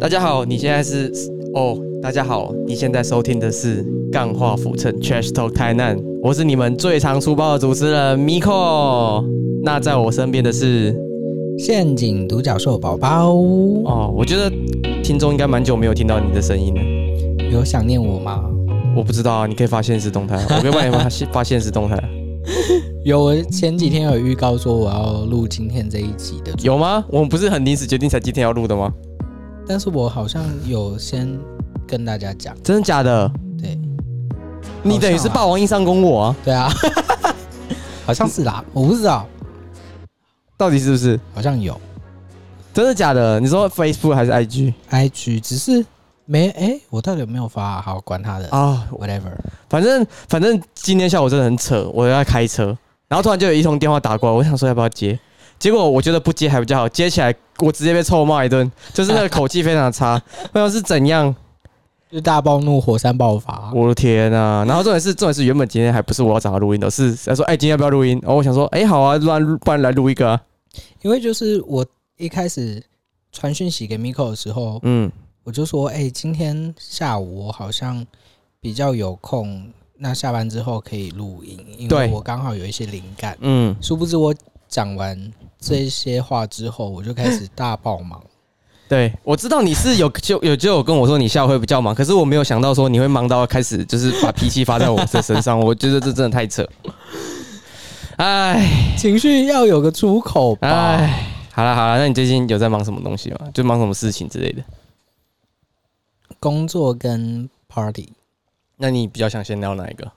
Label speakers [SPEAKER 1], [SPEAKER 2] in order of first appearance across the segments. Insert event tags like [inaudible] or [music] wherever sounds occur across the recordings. [SPEAKER 1] 大家好，你现在是哦，大家好，你现在收听的是《干话浮沉 Trash Talk 台南》，我是你们最常出包的主持人 Miko。那在我身边的是
[SPEAKER 2] 陷阱独角兽宝宝，
[SPEAKER 1] 哦，我觉得听众应该蛮久没有听到你的声音了。
[SPEAKER 2] 有想念我吗？
[SPEAKER 1] 我不知道啊，你可以发现实动 [laughs] 态啊，我可以帮你发发现实动态啊，
[SPEAKER 2] 有，我前几天有预告说我要录今天这一集的，
[SPEAKER 1] 有吗？我们不是很临时决定才今天要录的吗？
[SPEAKER 2] 但是我好像有先跟大家讲，
[SPEAKER 1] 真的假的？
[SPEAKER 2] 对，
[SPEAKER 1] 你等于是霸王硬上弓我啊？
[SPEAKER 2] 对啊， [laughs] 好像是啦，我不知道，
[SPEAKER 1] 到底是不是？
[SPEAKER 2] 好像有
[SPEAKER 1] 真的假的？你说 Facebook 还是 IG
[SPEAKER 2] IG，只是没哎、我到底有没有发、啊？好，管他的、
[SPEAKER 1] 啊？
[SPEAKER 2] w h a t e v e r
[SPEAKER 1] 反正反正今天下午真的很扯，我在开车，然后突然就有一通电话打过来，我想说要不要接，结果我觉得不接还比较好，接起来我直接被臭骂一顿，就是那个口气非常差， [laughs] 不知道是怎样，
[SPEAKER 2] 就大暴怒，火山爆发，
[SPEAKER 1] 我的天呐、然后重点是重点是原本今天还不是我要找他录音的，是他说哎、今天要不要录音？然后我想说哎、好啊，不然不然来录一个、啊，
[SPEAKER 2] 因为就是我一开始传讯息给 Miko 的时候，
[SPEAKER 1] 嗯，
[SPEAKER 2] 我就说，哎、今天下午我好像比较有空，那下班之后可以录音，因为
[SPEAKER 1] 对
[SPEAKER 2] 我刚好有一些灵感。
[SPEAKER 1] 嗯，
[SPEAKER 2] 殊不知我讲完这些话之后，我就开始大爆忙。
[SPEAKER 1] 对，我知道你是有就有就有跟我说你下午会比较忙，可是我没有想到说你会忙到开始就是把脾气发在我这身上， [laughs] 我觉得这真的太扯，哎。
[SPEAKER 2] 情绪要有个出口吧。
[SPEAKER 1] 唉，好了好了，那你最近有在忙什么东西吗？就忙什么事情之类的？
[SPEAKER 2] 工作跟 party，
[SPEAKER 1] 那你比较想先聊哪一个？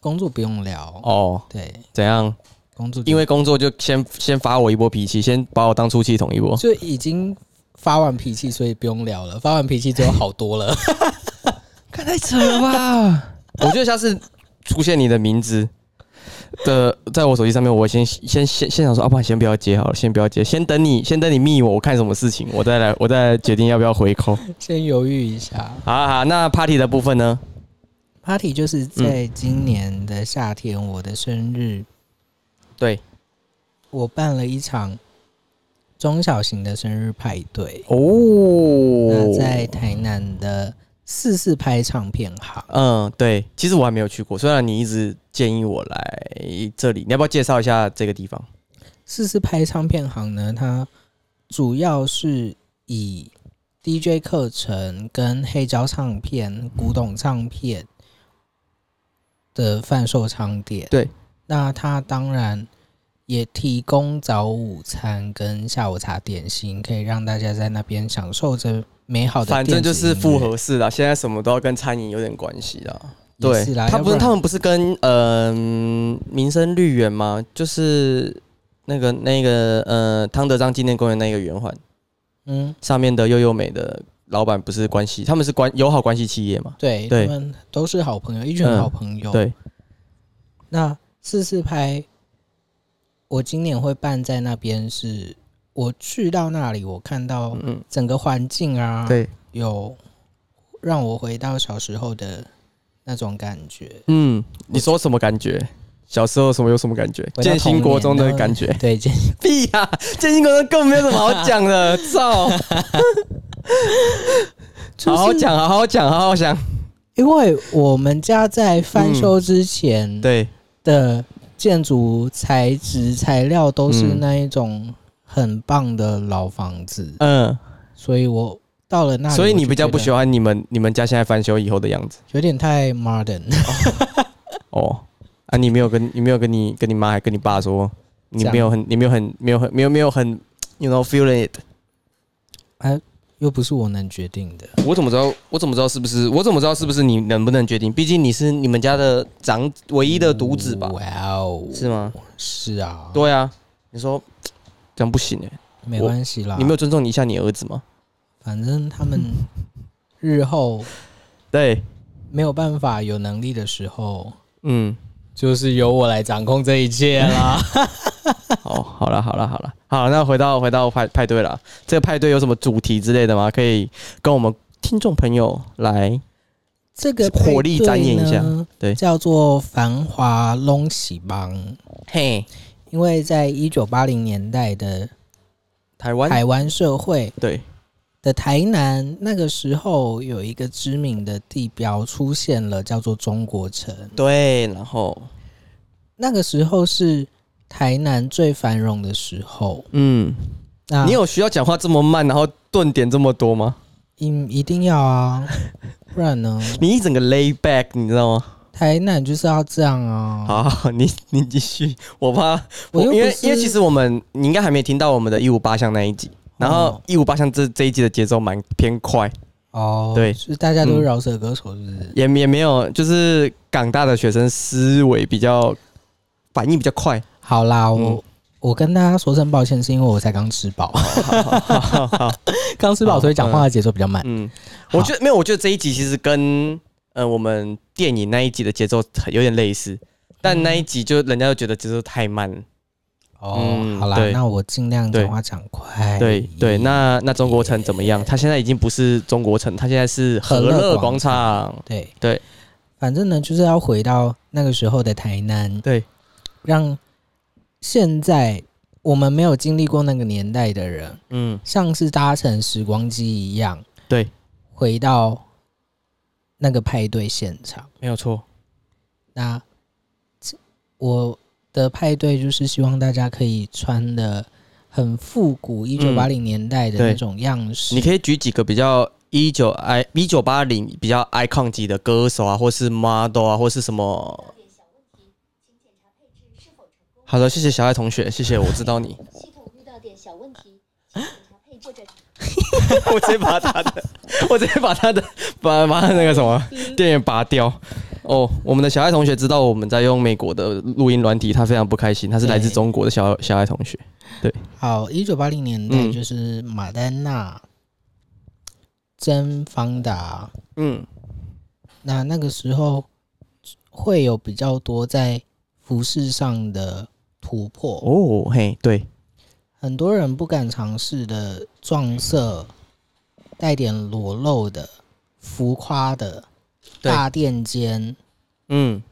[SPEAKER 2] 工作不用聊。
[SPEAKER 1] 哦，
[SPEAKER 2] 对，
[SPEAKER 1] 怎样？
[SPEAKER 2] 工作就
[SPEAKER 1] 因为工作就先先发我一波脾气，先把我当出气筒一波。
[SPEAKER 2] 就已经发完脾气，所以不用聊了。发完脾气之后好多了。 [laughs]
[SPEAKER 1] 看太扯了吧！ [laughs] 我觉得下次出现你的名字的在我手机上面，我会先先先先想说，啊，不然先不要接好了，先不要接，先等你先等你密我，我看什么事情，我再来我再来决定要不要回扣。
[SPEAKER 2] 先犹豫一下。
[SPEAKER 1] 好好好，那 party 的部分呢？
[SPEAKER 2] Party 就是在
[SPEAKER 1] 嗯
[SPEAKER 2] 今年的夏天，我的生日，
[SPEAKER 1] 对，
[SPEAKER 2] 我办了一场中小型的生日派对，
[SPEAKER 1] 哦
[SPEAKER 2] 那在台南的四四拍唱片行。
[SPEAKER 1] 嗯，对，其实我还没有去过，虽然你一直建议我来这里，你要不要介绍一下这个地方？
[SPEAKER 2] 四四拍唱片行呢，它主要是以 DJ 课程跟黑胶唱片、古董唱片的贩售商店。
[SPEAKER 1] 对，
[SPEAKER 2] 那它当然也提供早午餐跟下午茶点心，可以让大家在那边享受这美好的
[SPEAKER 1] 反正
[SPEAKER 2] 哦
[SPEAKER 1] 就
[SPEAKER 2] 电子
[SPEAKER 1] 是
[SPEAKER 2] 音乐
[SPEAKER 1] 复合式啦，现在什么都要跟餐饮有点关系啦。
[SPEAKER 2] 也
[SPEAKER 1] 对
[SPEAKER 2] 是啦，，
[SPEAKER 1] 他
[SPEAKER 2] 要
[SPEAKER 1] 不
[SPEAKER 2] 不
[SPEAKER 1] 是
[SPEAKER 2] 然
[SPEAKER 1] 他们不是跟嗯民生绿园吗？就是那个那个呃汤德章纪念公园那个圆环
[SPEAKER 2] 嗯，
[SPEAKER 1] 上面的悠悠美的老板不是关系，他们是关友好关系企业嘛？
[SPEAKER 2] 对，
[SPEAKER 1] 对
[SPEAKER 2] 他们都是好朋友，一群
[SPEAKER 1] 嗯
[SPEAKER 2] 好朋友。
[SPEAKER 1] 对，
[SPEAKER 2] 那四四拍，我今年会办在那边是。我去到那里，我看到
[SPEAKER 1] 嗯，
[SPEAKER 2] 整个环境哦啊，，
[SPEAKER 1] 对，
[SPEAKER 2] 有让我回到小时候的那种感觉。
[SPEAKER 1] 嗯，你说什么感觉？小时候什么有什么感觉？
[SPEAKER 2] 回到
[SPEAKER 1] 建新
[SPEAKER 2] 童
[SPEAKER 1] 国
[SPEAKER 2] 年啊
[SPEAKER 1] 中的
[SPEAKER 2] 呢
[SPEAKER 1] 感觉。
[SPEAKER 2] 对，这
[SPEAKER 1] [laughs] 屁呀、建新国中更没有什么好讲 [laughs] 的，操！好好讲，好好讲，好好讲。
[SPEAKER 2] 因为我们家在翻修之前
[SPEAKER 1] 嗯对，
[SPEAKER 2] 的建筑材质材料都是
[SPEAKER 1] 嗯
[SPEAKER 2] 那一种很棒的老房子，
[SPEAKER 1] 嗯，
[SPEAKER 2] 所以我到了那里，
[SPEAKER 1] 所以你比较不喜
[SPEAKER 2] 修，
[SPEAKER 1] 欢你们你们家现在翻修以后的样子
[SPEAKER 2] 有点太 modern。 [laughs]
[SPEAKER 1] 哦？啊，你没有跟你没有跟你跟你妈还跟你爸说，你
[SPEAKER 2] 这样
[SPEAKER 1] 没有很你没有很没有很没有没有很，you know feeling it。
[SPEAKER 2] 又不是我能决定的，
[SPEAKER 1] 我怎么知道？我怎么知道是不是？我怎么知道是不是你能不能决定？毕竟你是你们家的长唯一的独子吧？
[SPEAKER 2] 哇哦，
[SPEAKER 1] 是吗？
[SPEAKER 2] 是啊，
[SPEAKER 1] 对啊，你说这样不行哎、
[SPEAKER 2] 没关系啦，
[SPEAKER 1] 你没有尊重你一下你儿子吗？
[SPEAKER 2] 反正
[SPEAKER 1] [laughs]
[SPEAKER 2] 他们日后
[SPEAKER 1] 对，
[SPEAKER 2] 没有办法有能力的时候，
[SPEAKER 1] 嗯，
[SPEAKER 2] 就是由我来掌控这一切
[SPEAKER 1] [laughs]
[SPEAKER 2] 啦。
[SPEAKER 1] 哦，好了，好了，好了，好，那回到回到派派对了，这个派对有什么主题之类的吗？可以跟我们听众朋友来，
[SPEAKER 2] 这个
[SPEAKER 1] 火力展演一下
[SPEAKER 2] 派对呢
[SPEAKER 1] 对
[SPEAKER 2] 叫做繁华隆喜帮，
[SPEAKER 1] 嘿，
[SPEAKER 2] 因为在一九八零年代的
[SPEAKER 1] 台湾，
[SPEAKER 2] 台湾社会，
[SPEAKER 1] 对，
[SPEAKER 2] 的台南那个时候有一个知名的地标出现了，叫做中国城。
[SPEAKER 1] 对，然后
[SPEAKER 2] 那个时候是台南最繁荣的时候。
[SPEAKER 1] 嗯，
[SPEAKER 2] 那
[SPEAKER 1] 你有需要讲话这么慢，然后顿点这么多吗？
[SPEAKER 2] 一一定
[SPEAKER 1] [laughs]
[SPEAKER 2] 要啊，不然呢？
[SPEAKER 1] 你一整个 lay back，你知道吗？
[SPEAKER 2] 台南就是要这样啊。
[SPEAKER 1] 好，好你你继续，我怕我
[SPEAKER 2] 又
[SPEAKER 1] 因
[SPEAKER 2] 不
[SPEAKER 1] 为
[SPEAKER 2] 是
[SPEAKER 1] 因为其实我们你应该还没听到我们的一五八项那一集，然后
[SPEAKER 2] 哦
[SPEAKER 1] 一五八项这这一集的节奏蛮偏快，
[SPEAKER 2] 哦，
[SPEAKER 1] 对
[SPEAKER 2] 是大家都是
[SPEAKER 1] 嗯
[SPEAKER 2] 饶舌歌手，是不是？
[SPEAKER 1] 也也没有就是港大的学生思维比较反应比较 [laughs] 快，
[SPEAKER 2] 好啦，我、
[SPEAKER 1] 嗯
[SPEAKER 2] 我跟大家说声抱歉，是因为我才刚吃饱， [laughs] 刚吃饱，
[SPEAKER 1] 好
[SPEAKER 2] 所以讲话的节奏比较慢。
[SPEAKER 1] 嗯，
[SPEAKER 2] 好
[SPEAKER 1] 我觉得没有，我觉得这一集其实跟呃我们电影那一集的节奏很有点类似，但那一集就人家就觉得节奏太慢了。
[SPEAKER 2] 哦，
[SPEAKER 1] 嗯
[SPEAKER 2] 好啦，
[SPEAKER 1] 对
[SPEAKER 2] 那我尽量
[SPEAKER 1] 对
[SPEAKER 2] 讲话讲快。
[SPEAKER 1] 对对，那那中国城怎么样？它现在已经不是中国城，它现在是和
[SPEAKER 2] 和乐
[SPEAKER 1] 乐
[SPEAKER 2] 广
[SPEAKER 1] 广场。
[SPEAKER 2] 对
[SPEAKER 1] 对，
[SPEAKER 2] 反正呢，就是要回到那个时候的台南，
[SPEAKER 1] 对，
[SPEAKER 2] 让现在我们没有经历过那个年代的人，
[SPEAKER 1] 嗯，
[SPEAKER 2] 像是搭乘时光机一样，
[SPEAKER 1] 对，
[SPEAKER 2] 回到那个派对现场。
[SPEAKER 1] 没有错。
[SPEAKER 2] 那这我的派对就是希望大家可以穿的很复古，一九八零年代的
[SPEAKER 1] 嗯对
[SPEAKER 2] 那种样式。
[SPEAKER 1] 你可以举几个比较一九 i 一九八零比较 icon 级的歌手啊，或是 model 啊，或是什么。好的，谢谢小爱同学，谢谢，我知道你，
[SPEAKER 3] 系统遇到点小问题，请检查配或者
[SPEAKER 1] [laughs] 我直接把他的，我直接把他的，把把他那个什么电源拔掉。哦，我们的小爱同学知道我们在用美国的录音软体，他非常不开心，他是来自
[SPEAKER 2] 对
[SPEAKER 1] 中国的小小爱同学。
[SPEAKER 2] 好，一九八零年代
[SPEAKER 1] 嗯
[SPEAKER 2] 就是马丹娜、甄芳达，
[SPEAKER 1] 嗯，
[SPEAKER 2] 那那个时候会有比较多在服饰上的突破，
[SPEAKER 1] 哦，嘿，对，
[SPEAKER 2] 很多人不敢尝试的撞色，带点裸露的、浮夸的、
[SPEAKER 1] 对
[SPEAKER 2] 大垫肩、
[SPEAKER 1] 嗯，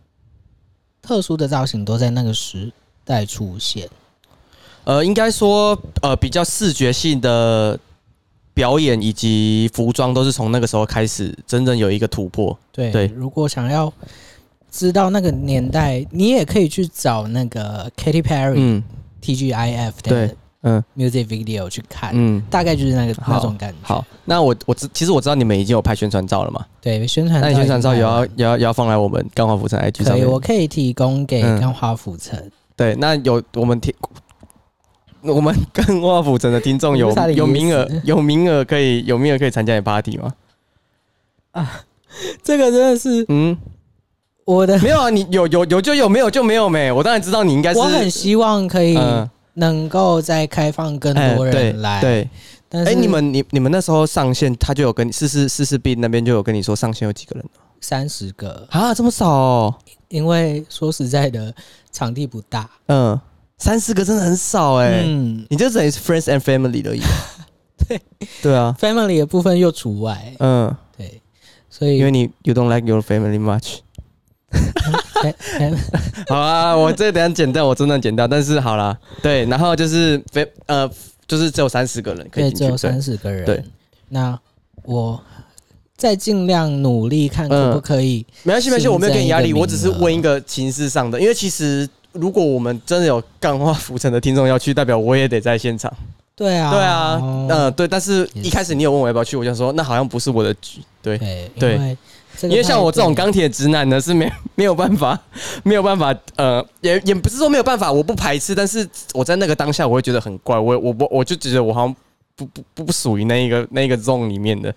[SPEAKER 2] 特殊的造型都在那个时代出现。
[SPEAKER 1] 呃，应该说，呃，比较视觉性的表演以及服装都是从那个时候开始，真正有一个突破。
[SPEAKER 2] 对
[SPEAKER 1] 对
[SPEAKER 2] 如果想要知道那个年代，你也可以去找那个 Katy Perry、
[SPEAKER 1] 嗯
[SPEAKER 2] TGIF 的
[SPEAKER 1] 嗯
[SPEAKER 2] music video 去看，
[SPEAKER 1] 嗯，
[SPEAKER 2] 大概就是那个
[SPEAKER 1] 好
[SPEAKER 2] 那种感觉。
[SPEAKER 1] 好，那我我知，其实我知道你们已经有拍宣传照了嘛，
[SPEAKER 2] [laughs] 对，宣传
[SPEAKER 1] 那你宣传照也要
[SPEAKER 2] 已经
[SPEAKER 1] 也要也要放来我们钢化浮城 IG
[SPEAKER 2] 拍
[SPEAKER 1] 上
[SPEAKER 2] 完了可以，我
[SPEAKER 1] 面。
[SPEAKER 2] 可以提供给
[SPEAKER 1] 嗯
[SPEAKER 2] 钢化浮城。 [laughs]
[SPEAKER 1] 对，那有我们听。我们钢化浮城的听众有
[SPEAKER 2] 你是他的
[SPEAKER 1] 有名额
[SPEAKER 2] 意思，
[SPEAKER 1] 有名额可以有名额可以参加你 party 吗？
[SPEAKER 2] 这个真的是
[SPEAKER 1] 嗯，[laughs]
[SPEAKER 2] 我的，
[SPEAKER 1] 没有啊，你有有有就有，没有就没有没。我当然知道你应该是
[SPEAKER 2] 我很希望可以
[SPEAKER 1] 嗯
[SPEAKER 2] 能够再开放更
[SPEAKER 1] 哎
[SPEAKER 2] 多
[SPEAKER 1] 对
[SPEAKER 2] 人来。
[SPEAKER 1] 对，
[SPEAKER 2] 但
[SPEAKER 1] 哎、
[SPEAKER 2] 是
[SPEAKER 1] 你们你你们那时候上线，他就有跟你四四四四 B 那边就有跟你说上线有几个人
[SPEAKER 2] 三十个，
[SPEAKER 1] 啊？这么少、哦？
[SPEAKER 2] 因为说实在的，场地不大。
[SPEAKER 1] 嗯，三四个真的很少哎、
[SPEAKER 2] 嗯
[SPEAKER 1] 你就等于是 friends and family 而已。
[SPEAKER 2] 对
[SPEAKER 1] 对啊，
[SPEAKER 2] ，family 的部分又除外。
[SPEAKER 1] 嗯，
[SPEAKER 2] 对，所以
[SPEAKER 1] 因为你 you don't like your family much。好
[SPEAKER 2] 哎
[SPEAKER 1] 啊，我这等一下剪掉，我真的剪掉，但是好啦，对，然后就是非呃，就是只有三十个人 [laughs] 可以进
[SPEAKER 2] 对，
[SPEAKER 1] 去，
[SPEAKER 2] 只有三
[SPEAKER 1] 对
[SPEAKER 2] 十个人。
[SPEAKER 1] 对，
[SPEAKER 2] 那我再尽量努力看
[SPEAKER 1] 嗯
[SPEAKER 2] 可不可以。
[SPEAKER 1] 没关系，没关系，
[SPEAKER 2] 新
[SPEAKER 1] 我没有给你压
[SPEAKER 2] 增一
[SPEAKER 1] 力，
[SPEAKER 2] 个
[SPEAKER 1] 我只是
[SPEAKER 2] 名额
[SPEAKER 1] 问一个情势上的，因为其实如果我们真的有干化浮城的听众要去，代表我也得在现场。
[SPEAKER 2] 对啊，
[SPEAKER 1] 对啊，嗯、
[SPEAKER 2] 哦
[SPEAKER 1] 对，但是
[SPEAKER 2] 也
[SPEAKER 1] 一开始你有问我要不要去，我想说那好像不是我的局，对，
[SPEAKER 2] 对
[SPEAKER 1] 对
[SPEAKER 2] 因为这个
[SPEAKER 1] 因为像我这种
[SPEAKER 2] 派对
[SPEAKER 1] 钢铁直男呢是没 [laughs] 没有办法，没有办法，呃，也也不是说没有办法，我不排斥，但是我在那个当下我会觉得很怪，我我不我就觉得我好像不不不不属于那一个那一个 zone 里面的，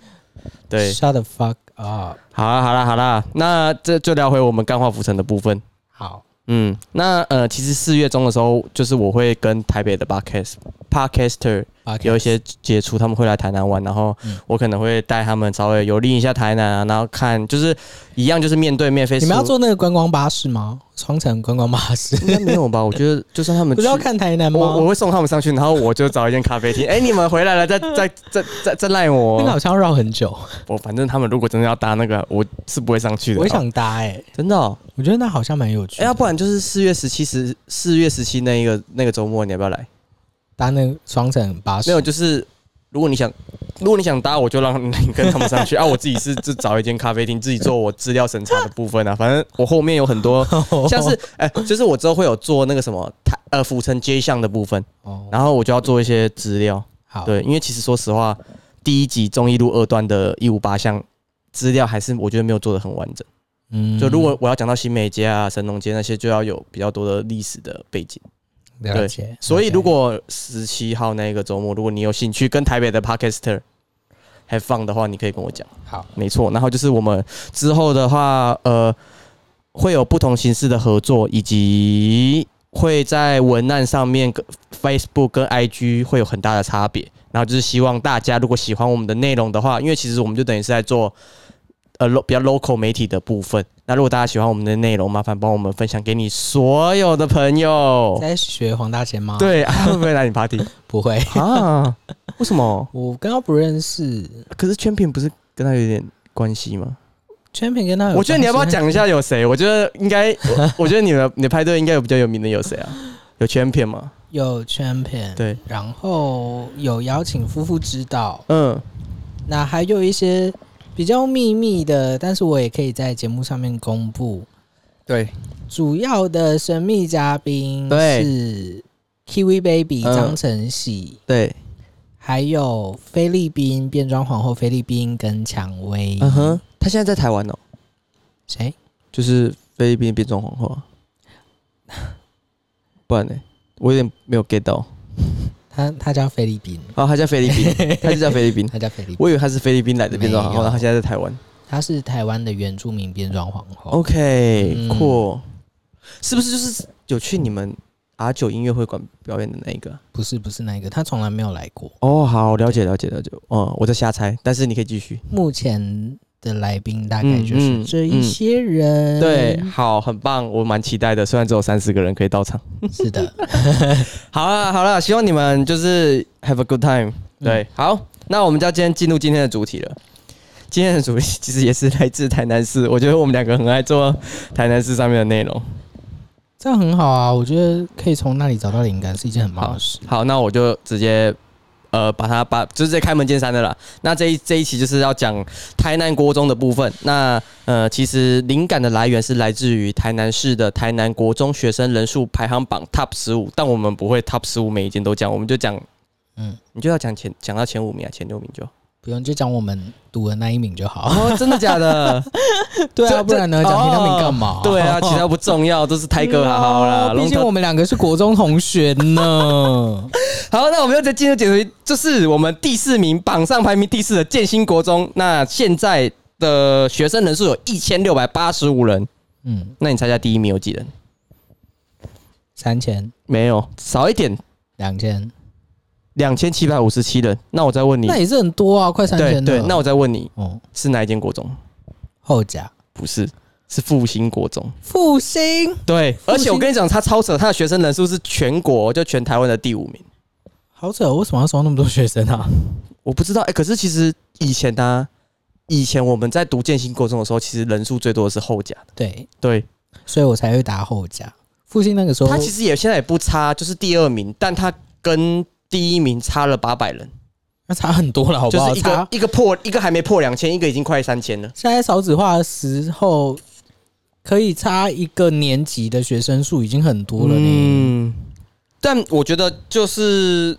[SPEAKER 1] 对，
[SPEAKER 2] ，shut the fuck up。
[SPEAKER 1] 好啦好啦好啦，那这就聊回我们钢化浮城的部分。
[SPEAKER 2] 好，
[SPEAKER 1] 嗯，那呃，其实四月中的时候，就是我会跟台北的 podcast podcaster 有一些接触，他们会来台南玩，然后
[SPEAKER 2] 嗯
[SPEAKER 1] 我可能会带他们稍微游历一下台南啊，然后看就是一样，就是面对面 face。
[SPEAKER 2] 你们要坐那个观光巴士吗？双层观光巴士
[SPEAKER 1] 应该没有吧？ [laughs] 我觉得就算他们
[SPEAKER 2] 不是要看台南
[SPEAKER 1] 去我我
[SPEAKER 2] 吗？
[SPEAKER 1] 会送他们上去，然后我就找一间咖啡厅。哎、你们回来了，再再再再再赖
[SPEAKER 2] 那个
[SPEAKER 1] 我
[SPEAKER 2] 好。像要绕很久，
[SPEAKER 1] 我反正他们如果真的要搭那个，我是不会上去的。哦
[SPEAKER 2] 我也想搭哎、
[SPEAKER 1] 真的、哦，
[SPEAKER 2] 我觉得那好像蛮有趣
[SPEAKER 1] 哎、
[SPEAKER 2] 的。
[SPEAKER 1] 要不然就是四月十七、十四月十七那一个那个周末，你要不要来？
[SPEAKER 2] 搭那个双层巴士，
[SPEAKER 1] 没有，就是如果你想，如果你想搭，我就让你跟他们上去啊。我自己是自找一间咖啡厅，自己做我资料审查的部分啊。反正我后面有很多，
[SPEAKER 2] 哦
[SPEAKER 1] 像是哎、就是我之后会有做那个什么台呃府城街巷的部分，
[SPEAKER 2] 哦，
[SPEAKER 1] 然后我就要做一些资料。
[SPEAKER 2] 好，
[SPEAKER 1] 对，因为其实说实话，第一集中义路二段的一五八巷资料还是我觉得没有做的很完整。
[SPEAKER 2] 嗯
[SPEAKER 1] 就如果我要讲到新美街啊、神农街那些，就要有比较多的历史的背景。
[SPEAKER 2] 了解，
[SPEAKER 1] 所以
[SPEAKER 2] 了解
[SPEAKER 1] 如果十七号那个周末，如果你有兴趣跟台北的 Podcaster 还放的话，你可以跟我讲。
[SPEAKER 2] 好，
[SPEAKER 1] 没错，然后就是我们之后的话，呃，会有不同形式的合作，以及会在文案上面跟 Facebook 跟 IG 会有很大的差别。然后就是希望大家如果喜欢我们的内容的话，因为其实我们就等于是在做呃 lo- 比较 local 媒体的部分。那如果大家喜欢我们的内容，麻烦帮我们分享给你所有的朋友。
[SPEAKER 2] 在学黄大仙吗？，
[SPEAKER 1] 对， [laughs] 啊、会不会来你 party [laughs]
[SPEAKER 2] 不会，
[SPEAKER 1] 啊？为什么？
[SPEAKER 2] 我跟他不认识，
[SPEAKER 1] 可是圈品不是跟他有点关系吗？
[SPEAKER 2] 全品跟他有关系，
[SPEAKER 1] 我觉得你要不要讲一下有谁？我觉得应该，我我觉得你的你的派对应该有比较有名的有谁啊？有圈片吗？
[SPEAKER 2] 有全品，
[SPEAKER 1] 对，
[SPEAKER 2] 然后有邀请夫妇指导，
[SPEAKER 1] 嗯，
[SPEAKER 2] 那还有一些比较秘密的，但是我也可以在节目上面公布。
[SPEAKER 1] 对，
[SPEAKER 2] 主要的神秘嘉宾
[SPEAKER 1] 对
[SPEAKER 2] 是 Kiwi Baby
[SPEAKER 1] 嗯
[SPEAKER 2] 张晨喜，
[SPEAKER 1] 对，
[SPEAKER 2] 还有菲律宾变装皇后菲律宾跟蔷薇。
[SPEAKER 1] 嗯哼，他现在在台湾哦，
[SPEAKER 2] 谁？
[SPEAKER 1] 就是菲律宾变装皇后啊， [laughs] 不然呢？我有点没有 get 到
[SPEAKER 2] 他他叫菲律宾，
[SPEAKER 1] 啊，他叫菲律宾，他就叫菲律 [laughs] 宾，
[SPEAKER 2] 他叫菲律宾，
[SPEAKER 1] 我以为他是菲律宾来的变装皇后，
[SPEAKER 2] 没有
[SPEAKER 1] 然后他现在在台湾。
[SPEAKER 2] 他是台湾的原住民变装皇后。
[SPEAKER 1] OK，
[SPEAKER 2] 嗯
[SPEAKER 1] 酷、是不是就是有去你们 R 九音乐会馆表演的那一个啊？
[SPEAKER 2] 不是不是那个，他从来没有来过。
[SPEAKER 1] 哦，好，了解了解了解。嗯，我在瞎猜，但是你可以继续。
[SPEAKER 2] 目前的来宾大概就
[SPEAKER 1] 嗯
[SPEAKER 2] 是
[SPEAKER 1] 嗯
[SPEAKER 2] 这一些人。
[SPEAKER 1] 对，好，很棒，我蛮期待的。虽然只有三四个人可以到场。
[SPEAKER 2] [laughs] 是的，
[SPEAKER 1] 好了好了，希望你们就是 have a good time。对，好，那我们就要今天进入今天的主题了。今天的主题其实也是来自台南市，我觉得我们两个很爱做台南市上面的内容。
[SPEAKER 2] 这样很好啊，我觉得可以从那里找到灵感是一件很棒的事。
[SPEAKER 1] 好，那我就直接呃把它把就是直接开门见山的啦。那这一这一期就是要讲台南国中的部分。那呃，其实灵感的来源是来自于台南市的台南国中学生人数排行榜 Top 十五，但我们不会 Top 十五每一间都讲，我们就讲
[SPEAKER 2] 嗯，
[SPEAKER 1] 你就要讲前讲到前五名啊，前六名就好。
[SPEAKER 2] 不用就讲我们读的那一名就好。 [laughs]
[SPEAKER 1] 哦，真的假的？
[SPEAKER 2] 对
[SPEAKER 1] 这
[SPEAKER 2] 啊，不然呢，
[SPEAKER 1] 这
[SPEAKER 2] 讲其他名
[SPEAKER 1] 哦
[SPEAKER 2] 干嘛？
[SPEAKER 1] [laughs] 对 [laughs] 啊，其他不重要，都是泰哥好好啦。
[SPEAKER 2] 啊毕
[SPEAKER 1] 龙
[SPEAKER 2] 竟
[SPEAKER 1] 头
[SPEAKER 2] 我们两个是国中同学
[SPEAKER 1] [laughs]
[SPEAKER 2] 呢。
[SPEAKER 1] 好，那我们又再进入解说，就是我们第四名榜上排名第四的建新国中，那现在的学生人数有一千六百八十五人，
[SPEAKER 2] 嗯，
[SPEAKER 1] 那你猜一下第一名有几人？
[SPEAKER 2] 三千、
[SPEAKER 1] 没有，少一点，
[SPEAKER 2] 两
[SPEAKER 1] 嗯
[SPEAKER 2] 千，
[SPEAKER 1] 两千七百五十七人。那我再问你
[SPEAKER 2] 那，也是很多啊，快三千
[SPEAKER 1] 对
[SPEAKER 2] 了。
[SPEAKER 1] 对，那我再问你，
[SPEAKER 2] 哦，
[SPEAKER 1] 是哪一间国中？
[SPEAKER 2] 后甲、
[SPEAKER 1] 不是，是复兴国中。
[SPEAKER 2] 复兴，
[SPEAKER 1] 对，而且
[SPEAKER 2] 兴
[SPEAKER 1] 我跟你讲，他超扯，他的学生人数是全国就全台湾的第五名。
[SPEAKER 2] 好扯，为什么要收那么多学生啊？
[SPEAKER 1] 我不知道，哎、可是其实以前呢、以前我们在读建新国中的时候，其实人数最多的是后甲的。
[SPEAKER 2] 对，
[SPEAKER 1] 对，
[SPEAKER 2] 所以我才会打后甲。复兴那个时候
[SPEAKER 1] 他，其实也现在也不差，就是第二名，但他跟第一名差了八百人，
[SPEAKER 2] 那差很多了，好不
[SPEAKER 1] 就
[SPEAKER 2] 好？
[SPEAKER 1] 是一个
[SPEAKER 2] 差
[SPEAKER 1] 一个破一个还没破两千，一个已经快三千了。
[SPEAKER 2] 现在少子化的时候，可以差一个年级的学生数已经很多了呢。
[SPEAKER 1] 嗯，但我觉得就是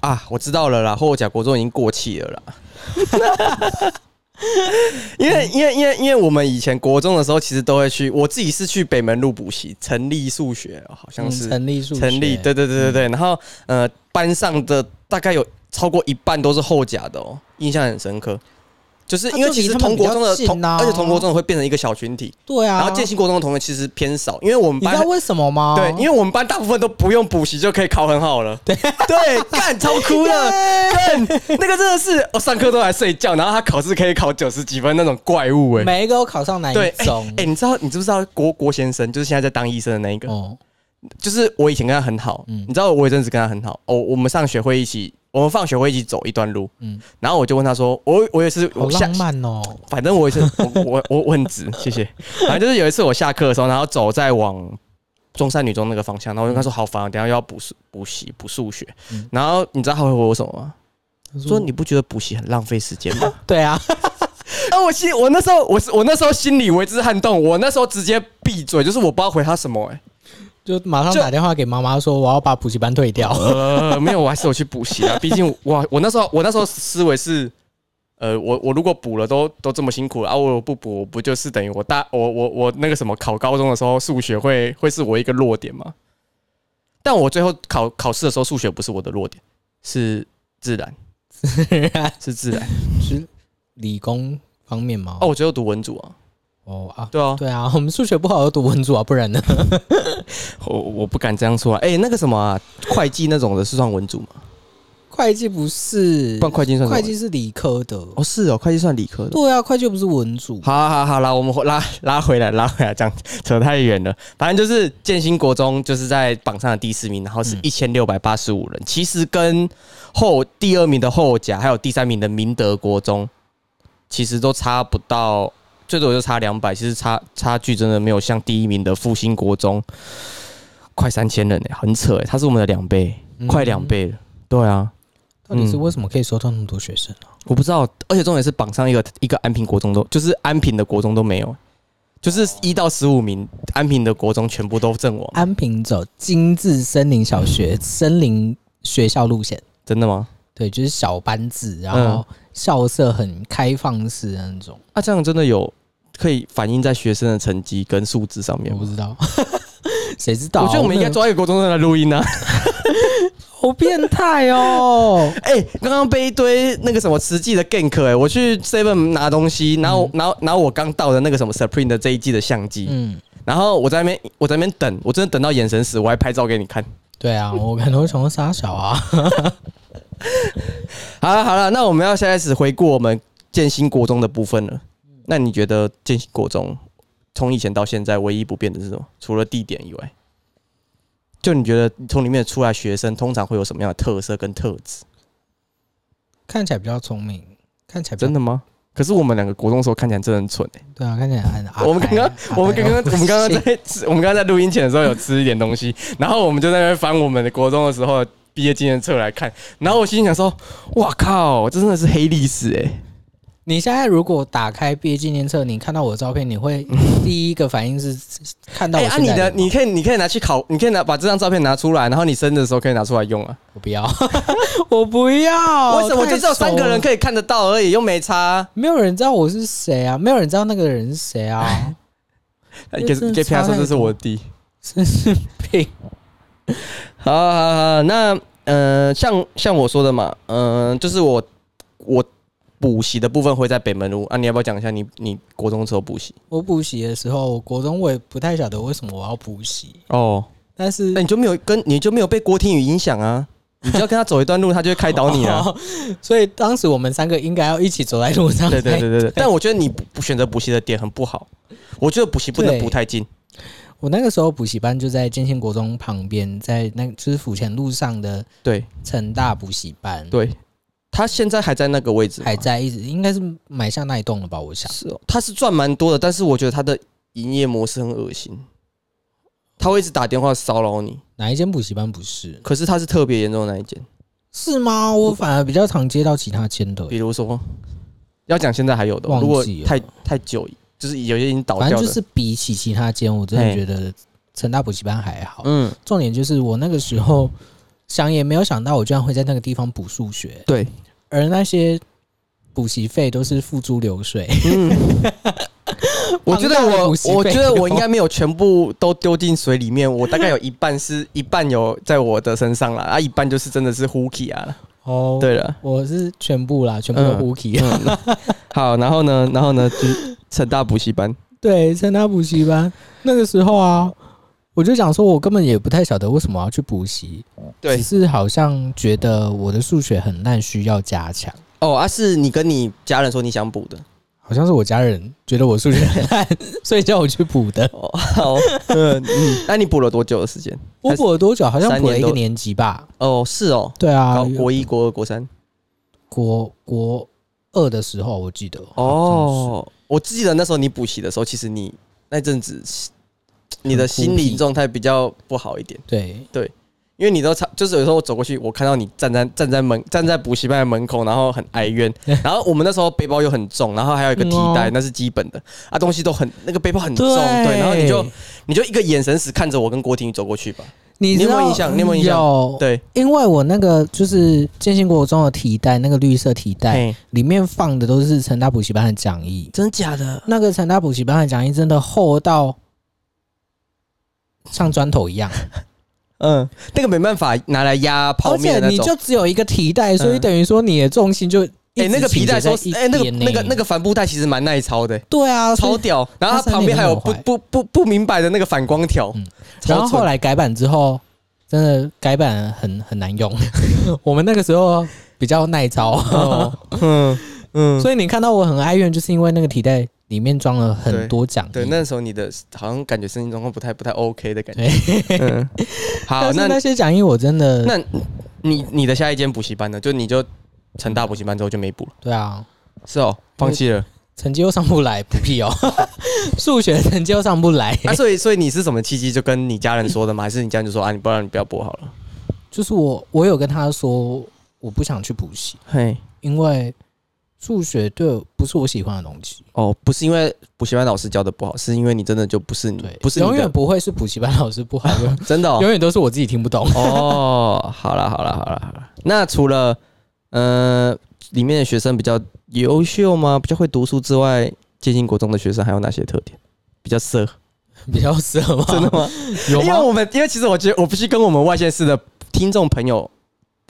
[SPEAKER 1] 啊，我知道了啦，后甲国中已经过气了啦。 [laughs] 因为因为因为因为我们以前国中的时候，其实都会去，我自己是去北门路补习，成立数学哦好像
[SPEAKER 2] 嗯
[SPEAKER 1] 是，
[SPEAKER 2] 成立数学嗯
[SPEAKER 1] 成立，对对对对对。然后呃，班上的大概有超过一半都是后甲的哦，印象很深刻。就是因为其实同国中的
[SPEAKER 2] 那就离他
[SPEAKER 1] 同，
[SPEAKER 2] 们比较近啊
[SPEAKER 1] 而且同国中的会变成一个小群体，
[SPEAKER 2] 对啊，
[SPEAKER 1] 然后建新国中的同学其实偏少，因为我们
[SPEAKER 2] 你知道
[SPEAKER 1] 班。
[SPEAKER 2] 为什么吗？
[SPEAKER 1] 对，因为我们班大部分都不用补习就可以考很好了。对 [laughs] 对，干
[SPEAKER 2] [laughs]
[SPEAKER 1] 超酷的，干那个真的是我上课都还睡觉，然后他考试可以考九十几分那种怪物哎、
[SPEAKER 2] 每一个都考上南
[SPEAKER 1] 对
[SPEAKER 2] 一，
[SPEAKER 1] 哎、
[SPEAKER 2] 中。
[SPEAKER 1] 哎你知道你知不知道郭郭先生就是现在在当医生的那一个？
[SPEAKER 2] 哦，
[SPEAKER 1] 就是我以前跟他很好，
[SPEAKER 2] 嗯
[SPEAKER 1] 你知道我有一阵子跟他很好，哦，我们上学会一起，我们放学会一起走一段路，
[SPEAKER 2] 嗯
[SPEAKER 1] 然后我就问他说，我我也是
[SPEAKER 2] 好
[SPEAKER 1] 我下
[SPEAKER 2] 浪，漫哦。
[SPEAKER 1] 反正我也是我我我我很直， [laughs] 谢谢。反正就是有一次我下课的时候，然后走在往中山女中那个啊方向，然后我就跟他说好烦哦，等一下又要补数补习补数学，
[SPEAKER 2] 嗯
[SPEAKER 1] 然后你知道他会回我什么吗？说你不觉得补习很浪费时间吗？ [laughs]
[SPEAKER 2] 对啊， [laughs]
[SPEAKER 1] 啊，我心我那时候我是我那时候心里为之撼动，我那时候直接闭嘴，就是我不知道回他什么哎、
[SPEAKER 2] 就马上
[SPEAKER 1] 就
[SPEAKER 2] 打电话给妈妈说我要把补习班退
[SPEAKER 1] [laughs]
[SPEAKER 2] 掉。
[SPEAKER 1] 呃，没有，我还是有去补习啊。毕竟我我那时候我那时候思维是，呃，我我如果补了都都这么辛苦了啊，我不补我不就是等于我大我我我那个什么考高中的时候数学会会是我一个弱点吗？但我最后考考试的时候，数学不是我的弱点，是自
[SPEAKER 2] [laughs]
[SPEAKER 1] 然，是自然。
[SPEAKER 2] 是理工方面吗？
[SPEAKER 1] 哦，我最后读文组啊，
[SPEAKER 2] 哦啊，
[SPEAKER 1] 对啊，
[SPEAKER 2] 对啊，我们数学不好就读文组啊，不然呢？ [laughs]
[SPEAKER 1] 我我不敢这样说啊。哎、那个什么啊，会计那种的是算文组吗？
[SPEAKER 2] 会计不是
[SPEAKER 1] 不，然会计算什么
[SPEAKER 2] 会计是理科的。
[SPEAKER 1] 哦是哦，会计算理科的。
[SPEAKER 2] 对啊，会计又不是文组。
[SPEAKER 1] 好好好好啦，我们回拉拉回来，拉回来，这样扯太远了。反正就是建新国中就是在榜上的第四名，然后是一千六百八十五人，其实跟后第二名的后甲还有第三名的明德国中，其实都差不到，最多也就差两百，其实差差距真的没有像第一名的复兴国中快三千人哎、很扯哎、它是我们的两倍，
[SPEAKER 2] 嗯
[SPEAKER 1] 快两倍了。对啊，
[SPEAKER 2] 到底是为什么可以收到那么多学生啊？
[SPEAKER 1] 我不知道，而且重点是榜上一个一个安平国中都，就是安平的国中都没有，就是一到十五名安平的国中全部都阵亡，
[SPEAKER 2] 安平走精致森林小学
[SPEAKER 1] 嗯
[SPEAKER 2] 森林学校路线，
[SPEAKER 1] 真的吗？
[SPEAKER 2] 对，就是小班制，然后
[SPEAKER 1] 嗯
[SPEAKER 2] 校舍很开放式的那种。
[SPEAKER 1] 啊，这样真的有可以反映在学生的成绩跟素质上面
[SPEAKER 2] 我不
[SPEAKER 1] 吗？
[SPEAKER 2] 知道， [laughs] 谁知道啊？
[SPEAKER 1] 我觉得我们应该抓一个国中生来录音啊！
[SPEAKER 2] 好变态哦！
[SPEAKER 1] [laughs]
[SPEAKER 2] [laughs]
[SPEAKER 1] 哎、刚刚被一堆那个什么实际的 gank 哎、我去 Seven 拿东西，拿我拿拿我刚到的那个什么 Supreme 的这一季的相机，
[SPEAKER 2] 嗯，
[SPEAKER 1] 然后我在那边我在那边等，我真的等到眼神死，我还拍照给你看。
[SPEAKER 2] 对啊，我可能会想要杀小啊。 [laughs]
[SPEAKER 1] 好了好了，那我们要现在开始回顾我们建新国中的部分了。那你觉得建新国中从以前到现在唯一不变的是什么？除了地点以外，就你觉得从里面出来学生通常会有什么样的特色跟特质？
[SPEAKER 2] 看起来比较聪明，看起来比较
[SPEAKER 1] 真的吗？可是我们两个国中的时候看起来真的很蠢、欸
[SPEAKER 2] 对啊，看起来很阿呆。
[SPEAKER 1] 我们刚刚
[SPEAKER 2] 阿呆，
[SPEAKER 1] 我们刚刚，
[SPEAKER 2] 哦不
[SPEAKER 1] 我们刚刚
[SPEAKER 2] 行
[SPEAKER 1] 在吃， [laughs] 我们刚刚在录音前的时候有吃一点东西，然后我们就在那边翻我们的国中的时候的毕业纪念册来看，然后我心里想说：“哇靠，这真的是黑历史哎、
[SPEAKER 2] 你现在如果打开毕业纪念册，你看到我的照片，你
[SPEAKER 1] [laughs]
[SPEAKER 2] 会第一个反应是看到
[SPEAKER 1] 哎、
[SPEAKER 2] 我
[SPEAKER 1] 啊，
[SPEAKER 2] 现
[SPEAKER 1] 你
[SPEAKER 2] 在
[SPEAKER 1] 的
[SPEAKER 2] 吗
[SPEAKER 1] 你可以你可以拿去考，你可以拿把这张照片拿出来，然后你生日的时候可以拿出来用啊。
[SPEAKER 2] 我不要， [laughs] 我不要，
[SPEAKER 1] 为什么就只有三个人
[SPEAKER 2] 以？
[SPEAKER 1] 可以看得到而已，又没差？
[SPEAKER 2] 没有人知道我是谁啊，没有人知道那个人是谁
[SPEAKER 1] 哎
[SPEAKER 2] [laughs] 啊，
[SPEAKER 1] 给
[SPEAKER 2] 真的
[SPEAKER 1] 给
[SPEAKER 2] 差
[SPEAKER 1] 他说
[SPEAKER 2] 太
[SPEAKER 1] 这是
[SPEAKER 2] 多
[SPEAKER 1] 我弟。
[SPEAKER 2] 真是呸！
[SPEAKER 1] 好好好，那呃，像像我说的嘛，嗯、就是我我补习的部分会在北门路啊，你要不要讲一下你你国中的时候补习？
[SPEAKER 2] 我补习的时候，我国中我也不太晓得为什么我要补习，
[SPEAKER 1] 哦，
[SPEAKER 2] 但是
[SPEAKER 1] 那你就没有跟你就没有被郭天宇影响啊？你只要跟他走一段路，他就会开导你啊。
[SPEAKER 2] [laughs] 所以当时我们三个应该要一起走在路上。
[SPEAKER 1] 对对对对对，但我觉得你不不选择补习的点很不好，我觉得补习不能
[SPEAKER 2] 对
[SPEAKER 1] 补太近。
[SPEAKER 2] 我那个时候补习班就在建县国中旁边，在那就是府前路上的
[SPEAKER 1] 对
[SPEAKER 2] 成大补习班，
[SPEAKER 1] 对，他现在还在那个位置吗，
[SPEAKER 2] 还在一直应该是买下那一栋了吧？我想，
[SPEAKER 1] 是哦，他是赚蛮多的，但是我觉得他的营业模式很恶心，他会一直打电话骚扰你，
[SPEAKER 2] 哪一间补习班不是？
[SPEAKER 1] 可是他是特别严重的那一间，
[SPEAKER 2] 是吗？我反而比较常接到其他间的，
[SPEAKER 1] 比如说要讲现在还有的哦，
[SPEAKER 2] 忘记
[SPEAKER 1] 如果
[SPEAKER 2] 了
[SPEAKER 1] 太太久，就是有些已经倒
[SPEAKER 2] 反
[SPEAKER 1] 掉
[SPEAKER 2] 正
[SPEAKER 1] 的，
[SPEAKER 2] 就是比起其他间，我真
[SPEAKER 1] 嘿
[SPEAKER 2] 的觉得成大补习班还好。
[SPEAKER 1] 嗯，
[SPEAKER 2] 重点就是我那个时候想也没有想到，我居然会在那个地方补数学，
[SPEAKER 1] 对，
[SPEAKER 2] 而那些补习费都是付诸流水。
[SPEAKER 1] 我觉得
[SPEAKER 2] 嗯庞大的
[SPEAKER 1] 我
[SPEAKER 2] 补习费
[SPEAKER 1] 我觉得我应该没有全部都丢进水里面，我大概有一半是 [laughs] 一半有在我的身上了，啊，一半就是真的是 hooky 啊，
[SPEAKER 2] 哦，
[SPEAKER 1] [laughs] 对了。
[SPEAKER 2] 我是全部啦，全部都
[SPEAKER 1] 嗯
[SPEAKER 2] h o k
[SPEAKER 1] 嗯，好，然后呢，然后呢，就是成大补习班，
[SPEAKER 2] [laughs] 对，参加补习班那个时候啊，我就想说，我根本也不太晓得为什么要去补习，
[SPEAKER 1] 对
[SPEAKER 2] 只是好像觉得我的数学很烂，需要加强。
[SPEAKER 1] 哦，啊，是你跟你家人说你想补的，
[SPEAKER 2] 好像是我家人觉得我数学很烂，所以叫我去补的。
[SPEAKER 1] 哦， [laughs] 好， [laughs] 嗯嗯，那你补了多久的时间？
[SPEAKER 2] [laughs] 我补了多久？好像
[SPEAKER 1] 三
[SPEAKER 2] 补了
[SPEAKER 1] 年
[SPEAKER 2] 一
[SPEAKER 1] 多
[SPEAKER 2] 个年级吧。
[SPEAKER 1] 哦，是哦，
[SPEAKER 2] 对啊
[SPEAKER 1] 高，国一、国二、国三。
[SPEAKER 2] 国国二的时候我记得。好像是，
[SPEAKER 1] 哦，我记得那时候你补习的时候，其实你那阵子你的心理状态比较不好一点，
[SPEAKER 2] 对
[SPEAKER 1] 对，因为你都常就是有时候我走过去，我看到你站在站在门站在补习班的门口，然后很哀
[SPEAKER 2] [laughs]
[SPEAKER 1] 怨。然后我们那时候背包又很重，然后还有一个替代，
[SPEAKER 2] 嗯哦
[SPEAKER 1] 那是基本的啊，东西都很那个背包很重，对。然后你就你就一个眼神死看着我跟郭婷宇走过去吧，
[SPEAKER 2] 你
[SPEAKER 1] 你有
[SPEAKER 2] 知
[SPEAKER 1] 没有
[SPEAKER 2] 道
[SPEAKER 1] 印象你有没有印象
[SPEAKER 2] 嗯有
[SPEAKER 1] 对，
[SPEAKER 2] 因为我那个就是建新国中的提袋，那个绿色提袋
[SPEAKER 1] 嘿
[SPEAKER 2] 里面放的都是成大补习班的讲义，
[SPEAKER 1] 真假的？
[SPEAKER 2] 那个成大补习班的讲义真的厚到像砖头一样，
[SPEAKER 1] 嗯，那个没办法拿来压泡
[SPEAKER 2] 而且
[SPEAKER 1] 面的那
[SPEAKER 2] 你就
[SPEAKER 1] 种。
[SPEAKER 2] 只有一个提袋，所以
[SPEAKER 1] 嗯
[SPEAKER 2] 等于说你的重心就
[SPEAKER 1] 哎、
[SPEAKER 2] 一直
[SPEAKER 1] 那个皮带说
[SPEAKER 2] 倾
[SPEAKER 1] 哎、
[SPEAKER 2] 斜，在一
[SPEAKER 1] 那个
[SPEAKER 2] 边呢
[SPEAKER 1] 那个那个帆布袋其实蛮耐操的、
[SPEAKER 2] 对啊，所以
[SPEAKER 1] 超屌。然后它
[SPEAKER 2] 三
[SPEAKER 1] 旁边
[SPEAKER 2] 年
[SPEAKER 1] 还有
[SPEAKER 2] 很
[SPEAKER 1] 不
[SPEAKER 2] 坏
[SPEAKER 1] 不不不明白的那个反光条，
[SPEAKER 2] 嗯
[SPEAKER 1] 超
[SPEAKER 2] 然后
[SPEAKER 1] 蠢
[SPEAKER 2] 后来改版之后，真的改版很很难用。 [laughs] 我们那个时候比较耐操，
[SPEAKER 1] [laughs] 哦，嗯
[SPEAKER 2] [laughs]
[SPEAKER 1] 嗯，
[SPEAKER 2] 所以你看到我很哀怨，就是因为那个提袋里面装了很多讲义。
[SPEAKER 1] 对，那时候你的好像感觉身体状况不太不太 OK 的感觉。
[SPEAKER 2] 对， [laughs]
[SPEAKER 1] 嗯，好，
[SPEAKER 2] 但是
[SPEAKER 1] 那
[SPEAKER 2] 那些讲义我真的
[SPEAKER 1] 那你你的下一间补习班呢？就你就成大补习班之后就没补了，
[SPEAKER 2] 对啊，
[SPEAKER 1] 是哦，放弃
[SPEAKER 2] [laughs]
[SPEAKER 1] 了。
[SPEAKER 2] 成绩又上不来，补屁哦， [laughs] 数学成绩又上不来，
[SPEAKER 1] 啊，所以所以你是什么契机就跟你家人说的吗？还是你家人就说啊，你不然你不要补好了？
[SPEAKER 2] 就是我我有跟他说我不想去补习，
[SPEAKER 1] 嘿，
[SPEAKER 2] 因为数学对我不是我喜欢的东西，
[SPEAKER 1] 哦，不是因为补习班老师教的不好，是因为你真的就不是你
[SPEAKER 2] 对，，
[SPEAKER 1] 嗯不是
[SPEAKER 2] 永
[SPEAKER 1] 你
[SPEAKER 2] 远
[SPEAKER 1] 的，
[SPEAKER 2] 不会是补习班老师不好，永
[SPEAKER 1] 真的哦。
[SPEAKER 2] [laughs] 永远都是我自己听不懂。
[SPEAKER 1] 哦，好了好了好了好了。那除了呃里面的学生比较优秀吗？比较会读书之外，接近国中的学生还有哪些特点？比较
[SPEAKER 2] [laughs]
[SPEAKER 1] 色，
[SPEAKER 2] 比较色吗？
[SPEAKER 1] 真的吗？
[SPEAKER 2] 有
[SPEAKER 1] 因为
[SPEAKER 2] 吗？
[SPEAKER 1] 我们因为其实我觉得我必须跟我们外县市的听众朋友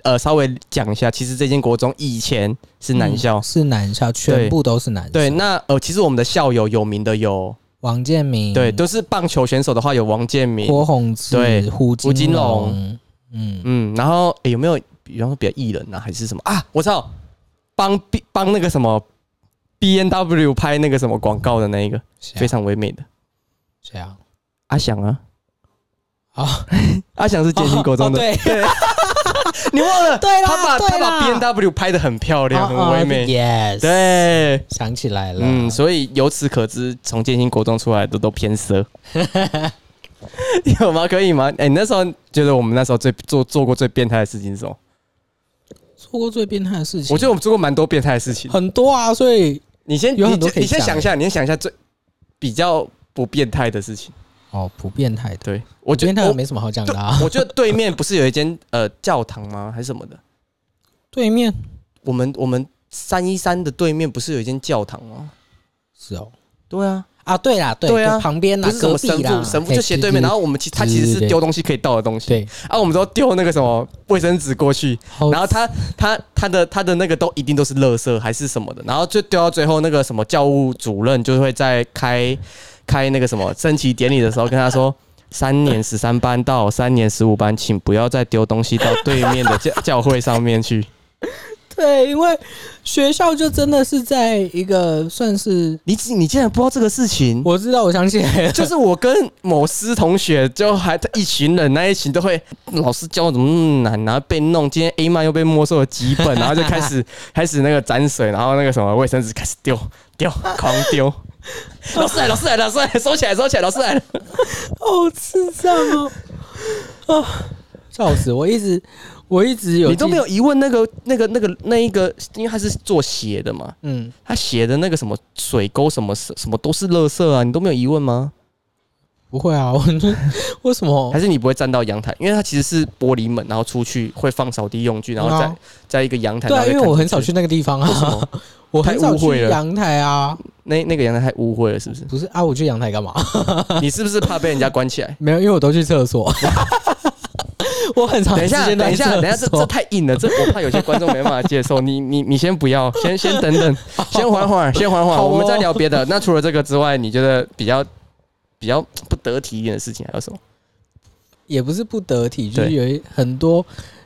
[SPEAKER 1] 呃稍微讲一下，其实这间国中以前是男校。
[SPEAKER 2] 嗯是男校，全部都是男校。
[SPEAKER 1] 对，，那呃，其实我们的校友有名的有，
[SPEAKER 2] 王建民，
[SPEAKER 1] 对，都是棒球选手的话有王建民，
[SPEAKER 2] 郭宏志，
[SPEAKER 1] 对
[SPEAKER 2] 胡
[SPEAKER 1] 胡金
[SPEAKER 2] 龙，嗯，
[SPEAKER 1] 嗯，然后、诶有没有比方说比较艺人啊，还是什么啊？我知道，帮 B 帮那个什么 B N W 拍那个什么广告的那一个，
[SPEAKER 2] 谁
[SPEAKER 1] 非
[SPEAKER 2] 啊
[SPEAKER 1] 常唯美的
[SPEAKER 2] 谁啊？
[SPEAKER 1] 阿翔啊，
[SPEAKER 2] 啊，
[SPEAKER 1] [laughs] 阿翔是建新国中的，
[SPEAKER 2] 哦对
[SPEAKER 1] 对， [laughs] 你忘了？
[SPEAKER 2] [laughs] 对啦
[SPEAKER 1] 他把
[SPEAKER 2] 对
[SPEAKER 1] 他
[SPEAKER 2] 啦
[SPEAKER 1] 把 B N W 拍的很漂亮，
[SPEAKER 2] 哦
[SPEAKER 1] 很
[SPEAKER 2] 哦
[SPEAKER 1] 唯美，
[SPEAKER 2] ，yes，，
[SPEAKER 1] 对。
[SPEAKER 2] 想起来了，
[SPEAKER 1] 嗯，所以由此可知，从建新国中出来的都偏色， [laughs] 有吗？可以吗？哎、你那时候觉得我们那时候最做做过最变态的事情是什么？
[SPEAKER 2] 做过最变态的事情，
[SPEAKER 1] 我觉得我们做过蛮多变态的事情。
[SPEAKER 2] 很多啊，所以
[SPEAKER 1] 你先
[SPEAKER 2] 有
[SPEAKER 1] 你
[SPEAKER 2] 很多可以
[SPEAKER 1] 你先
[SPEAKER 2] 讲
[SPEAKER 1] 想一下，你先想一下最比较不变态的事情。
[SPEAKER 2] 哦，不变态的，
[SPEAKER 1] 对，我
[SPEAKER 2] 不
[SPEAKER 1] 觉
[SPEAKER 2] 变态
[SPEAKER 1] 得
[SPEAKER 2] 的
[SPEAKER 1] 我
[SPEAKER 2] 没什么好讲的啊。
[SPEAKER 1] 对我觉得对面不是有一间呃教堂吗？还是什么的？
[SPEAKER 2] 对面
[SPEAKER 1] 我们我们三一三的对面不是有一间教堂吗？
[SPEAKER 2] 是哦，
[SPEAKER 1] 对啊，
[SPEAKER 2] 啊，对啦，对
[SPEAKER 1] 对啊
[SPEAKER 2] 就旁边啦
[SPEAKER 1] 不是，什
[SPEAKER 2] 隔
[SPEAKER 1] 么
[SPEAKER 2] 壁
[SPEAKER 1] 神
[SPEAKER 2] 啦，
[SPEAKER 1] 父，神父
[SPEAKER 2] 嘿
[SPEAKER 1] 就斜对面，然后我们其他其实
[SPEAKER 2] 对
[SPEAKER 1] 是
[SPEAKER 2] 对
[SPEAKER 1] 丢东西可以倒的东西，
[SPEAKER 2] 对，
[SPEAKER 1] 啊，我们都丢那个什么卫生纸过去，
[SPEAKER 2] 好
[SPEAKER 1] 然后他他他的他的那个都一定都是垃圾还是什么的，然后就丢到最后那个什么教务主任就会在开开那个什么升旗典礼的时候跟他说。三年十三班到三年十五班，请不要再丢东西到对面的教 [laughs] 教会上面去。
[SPEAKER 2] 对，因为学校就真的是在一个算是，
[SPEAKER 1] 你你竟然不知道这个事情？
[SPEAKER 2] 我知道，我想起来 [laughs] 了，
[SPEAKER 1] 就是我跟某师同学，就还一群人，那一群都会老师教我怎么那么难，然后被弄，今天 A 漫又被没收了几本，然后就开始 [laughs] 开始那个沾水，然后那个什么卫生纸开始丢 [laughs] 丢，狂丢。老师来，老师来，老师来，收起来，收起来，老师来了。
[SPEAKER 2] 好智障哦！啊，笑死！我一直，我一直有
[SPEAKER 1] 你都
[SPEAKER 2] 记
[SPEAKER 1] 没有，疑问那个那个那个那一个，因为他是做鞋的嘛，
[SPEAKER 2] 嗯，
[SPEAKER 1] 他鞋的那个什么水沟什么什么都是垃圾啊，你都没有疑问吗？
[SPEAKER 2] 不会啊，我 [laughs] 就为什么
[SPEAKER 1] 还？是你不会站到阳台？因为它其实是玻璃门，然后出去会放扫地用具，然后
[SPEAKER 2] 嗯
[SPEAKER 1] 在
[SPEAKER 2] 啊
[SPEAKER 1] 在一个阳台。
[SPEAKER 2] 对
[SPEAKER 1] 然
[SPEAKER 2] 啊，
[SPEAKER 1] 后
[SPEAKER 2] 因
[SPEAKER 1] 再
[SPEAKER 2] 为
[SPEAKER 1] 看
[SPEAKER 2] 我很
[SPEAKER 1] 出
[SPEAKER 2] 少
[SPEAKER 1] 去
[SPEAKER 2] 去那个地方
[SPEAKER 1] [laughs]
[SPEAKER 2] 啊，我很
[SPEAKER 1] 太
[SPEAKER 2] 少
[SPEAKER 1] 污秽
[SPEAKER 2] 去
[SPEAKER 1] 了
[SPEAKER 2] 阳台啊，？
[SPEAKER 1] 那那个阳台太污秽了， [laughs] 是不是
[SPEAKER 2] 不是啊，我去阳台干嘛？
[SPEAKER 1] 你是不是怕被人家关起来？
[SPEAKER 2] 没有，因为我都去厕
[SPEAKER 1] [laughs]
[SPEAKER 2] 所。我很长
[SPEAKER 1] 等一
[SPEAKER 2] 时
[SPEAKER 1] 下，
[SPEAKER 2] 间都
[SPEAKER 1] 等
[SPEAKER 2] 在
[SPEAKER 1] 一下，
[SPEAKER 2] 厕
[SPEAKER 1] 等一下，这这
[SPEAKER 2] 所
[SPEAKER 1] 太硬了，这我怕有些观众没办法接受。你你你先不要，先先等 [laughs] 等，先缓缓，先缓缓，
[SPEAKER 2] 好哦
[SPEAKER 1] 我们再聊别的。那除了这个之外，你觉得比较比较不得体一点的事情还有什么？
[SPEAKER 2] 也不是不得体，就是
[SPEAKER 1] 对
[SPEAKER 2] 有一很多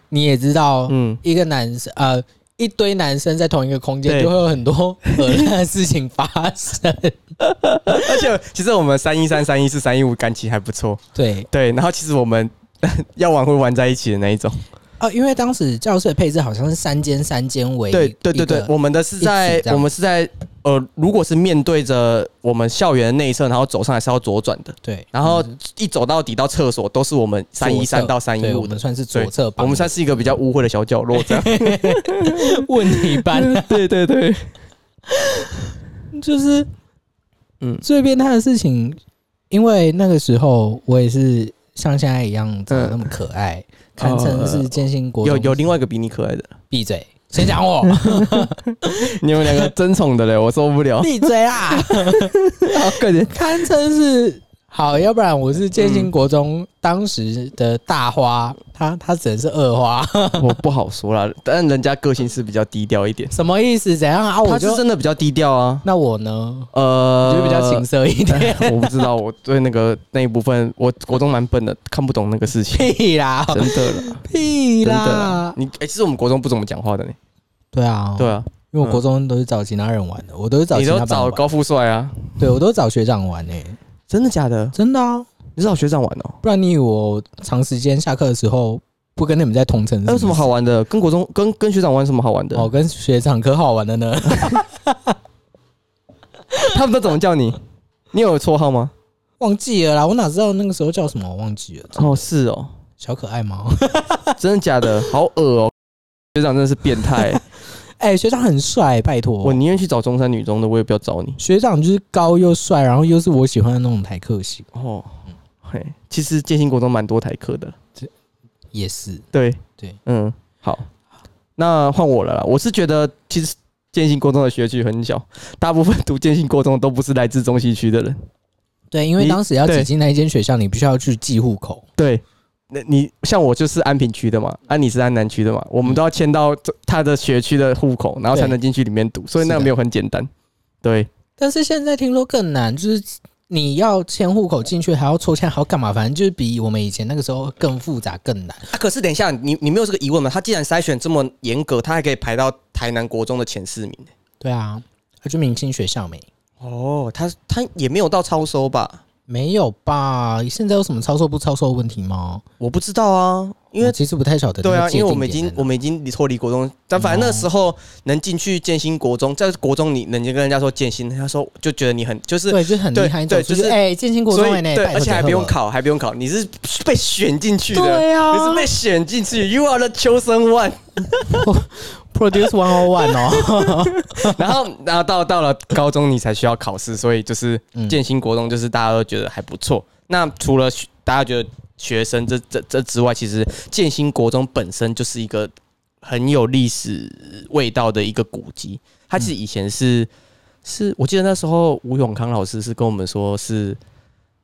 [SPEAKER 2] 你也知道，
[SPEAKER 1] 嗯，
[SPEAKER 2] 一个男生呃。一堆男生在同一个空间，
[SPEAKER 1] 对
[SPEAKER 2] 就会有很多恶心的事情发
[SPEAKER 1] [laughs]
[SPEAKER 2] 生。
[SPEAKER 1] 而且其实我们三一三、三一四、三一五感情还不错，
[SPEAKER 2] 对，
[SPEAKER 1] 对。然后其实我们 [laughs] 要玩会玩在一起的那一种。
[SPEAKER 2] 哦，因为当时教室的配置好像是三间三间为
[SPEAKER 1] 对对对对
[SPEAKER 2] 一，个
[SPEAKER 1] 我们的是
[SPEAKER 2] 一
[SPEAKER 1] 在
[SPEAKER 2] 起这样
[SPEAKER 1] 我们是在呃，如果是面对着我们校园的内侧，然后走上来是要左转的，
[SPEAKER 2] 对，
[SPEAKER 1] 然后一走到底到厕所都是我们三一三到三一
[SPEAKER 2] 对
[SPEAKER 1] 五
[SPEAKER 2] 我
[SPEAKER 1] 的
[SPEAKER 2] 们，算是左侧帮，
[SPEAKER 1] 我们算是一个比较污秽的小角落这
[SPEAKER 2] [laughs]
[SPEAKER 1] 样。
[SPEAKER 2] 问题班，
[SPEAKER 1] 对对对，
[SPEAKER 2] [laughs] 就是，
[SPEAKER 1] 嗯
[SPEAKER 2] 最变态的事情，因为那个时候我也是像现在一样长得那么可爱，堪称是建信
[SPEAKER 1] 嗯
[SPEAKER 2] 国
[SPEAKER 1] 有
[SPEAKER 2] 中
[SPEAKER 1] 有另外一个比你可爱的，
[SPEAKER 2] 闭嘴，谁
[SPEAKER 1] [laughs]
[SPEAKER 2] 讲我
[SPEAKER 1] 你们两个争宠的嘞，我受 [laughs] 不了。啊
[SPEAKER 2] 闭嘴啦，
[SPEAKER 1] 好，快点，
[SPEAKER 2] 堪称是好，要不然我是建信国
[SPEAKER 1] 嗯
[SPEAKER 2] 中当时的大花，他他只能是
[SPEAKER 1] [laughs]
[SPEAKER 2] 二花，
[SPEAKER 1] 我不好说啦，但人家个性是比较低调一点，
[SPEAKER 2] 什么意思？怎样啊？我
[SPEAKER 1] 他是
[SPEAKER 2] 就
[SPEAKER 1] 真的比较低调啊。
[SPEAKER 2] 那我呢？
[SPEAKER 1] 呃，
[SPEAKER 2] 我就比较情色一点，
[SPEAKER 1] [laughs] 我不知道，我对那个那一部分，我国中蛮笨的，看不懂那个事情，
[SPEAKER 2] [laughs] 屁啦，
[SPEAKER 1] [laughs] 真的啦，
[SPEAKER 2] 屁
[SPEAKER 1] 真的啦
[SPEAKER 2] 啦。，
[SPEAKER 1] 你哎、其实我们国中不怎么讲话的呢，
[SPEAKER 2] 对啊，
[SPEAKER 1] 对啊，
[SPEAKER 2] 因为我国中都是找其他人玩的，我都是找
[SPEAKER 1] 你
[SPEAKER 2] 其
[SPEAKER 1] 都
[SPEAKER 2] 他班
[SPEAKER 1] 找
[SPEAKER 2] 玩，
[SPEAKER 1] 高富帅啊，
[SPEAKER 2] 对我都是找学长玩诶、
[SPEAKER 1] 真的假的？
[SPEAKER 2] 真的啊，
[SPEAKER 1] 你是找学长玩哦、
[SPEAKER 2] 不然你以为我长时间下课的时候不跟你们在同城？
[SPEAKER 1] 那有什么好？玩的？跟国中跟跟学长玩什么好玩的？[laughs]
[SPEAKER 2] 哦，跟学长可好玩的 [laughs] 呢。
[SPEAKER 1] 他们都怎么叫你？你有绰号吗？
[SPEAKER 2] 忘记了啦，我哪知道那个时候叫什么？我忘记了，
[SPEAKER 1] 哦，是哦，
[SPEAKER 2] 小可爱吗？ [laughs]
[SPEAKER 1] 真的假的？好恶哦、学长真的是变 [laughs] 态、
[SPEAKER 2] 哎、学长很帅，拜
[SPEAKER 1] 我
[SPEAKER 2] 托。
[SPEAKER 1] 宁愿去找中山女中的，我也不要找你。
[SPEAKER 2] 学长就是高又帅，然后又是我喜欢的那种台客型，
[SPEAKER 1] 哦，嘿，其实建新国中蛮多台课的，
[SPEAKER 2] 也是
[SPEAKER 1] 对
[SPEAKER 2] 对，
[SPEAKER 1] 嗯，好，那换我了啦。我是觉得其实建信国中的学区很小，大部分读建信国中都不是来自中西区的人。
[SPEAKER 2] 对，因为
[SPEAKER 1] 你
[SPEAKER 2] 当时要
[SPEAKER 1] 对
[SPEAKER 2] 挤进那一间学校，你必须要去寄户口。
[SPEAKER 1] 对，那你像我就是安平区的嘛，安、你是安南区的嘛，我们都要迁到这他的学区的户口，然后才
[SPEAKER 2] 对
[SPEAKER 1] 能进去里面读，所以那
[SPEAKER 2] 是
[SPEAKER 1] 个
[SPEAKER 2] 的
[SPEAKER 1] 没有很简单。对，
[SPEAKER 2] 但是现在听说更难，就是你要迁户口进去，还要抽签，还要干嘛？反正就是比我们以前那个时候更复杂、更难。
[SPEAKER 1] 啊，可是等一下，你你没有这个疑问吗？他既然筛选这么严格，他还可以排到台南国中的前四名、
[SPEAKER 2] 对啊，啊就明星学校没
[SPEAKER 1] 哦，他他也没有到超收吧？
[SPEAKER 2] 没有吧？现在有什么超售不超售的问题吗？
[SPEAKER 1] 我不知道啊，因为
[SPEAKER 2] 我其实不太晓得那
[SPEAKER 1] 对
[SPEAKER 2] 个
[SPEAKER 1] 啊，
[SPEAKER 2] 界
[SPEAKER 1] 因
[SPEAKER 2] 定点在哪。
[SPEAKER 1] 为我们已经我们已经离脱离国中，但反正
[SPEAKER 2] 哦
[SPEAKER 1] 那时候能进去建新国中，在国中你人家跟人家说建新，他说就觉得你很就是，
[SPEAKER 2] 对，就是很厉害，
[SPEAKER 1] 对
[SPEAKER 2] 你走
[SPEAKER 1] 对
[SPEAKER 2] 出去
[SPEAKER 1] 就是
[SPEAKER 2] 哎，建新国
[SPEAKER 1] 所
[SPEAKER 2] 中
[SPEAKER 1] 以
[SPEAKER 2] 哎呢，
[SPEAKER 1] 对，
[SPEAKER 2] 拜托
[SPEAKER 1] 而且还
[SPEAKER 2] 拜托
[SPEAKER 1] 不用考，还不用考，你是被选进去的，
[SPEAKER 2] 对啊
[SPEAKER 1] 你是被选进去，You are the chosen one。 [laughs]
[SPEAKER 2] produce one one
[SPEAKER 1] [laughs]
[SPEAKER 2] 哦，
[SPEAKER 1] 然后然后到到了高中你才需要考试，所以就是
[SPEAKER 2] 嗯
[SPEAKER 1] 建新国中就是大家都觉得还不错。那除了学大家觉得学生这这这之外，其实建新国中本身就是一个很有历史味道的一个古迹。它其实以前是、是我记得那时候吴永康老师是跟我们说是，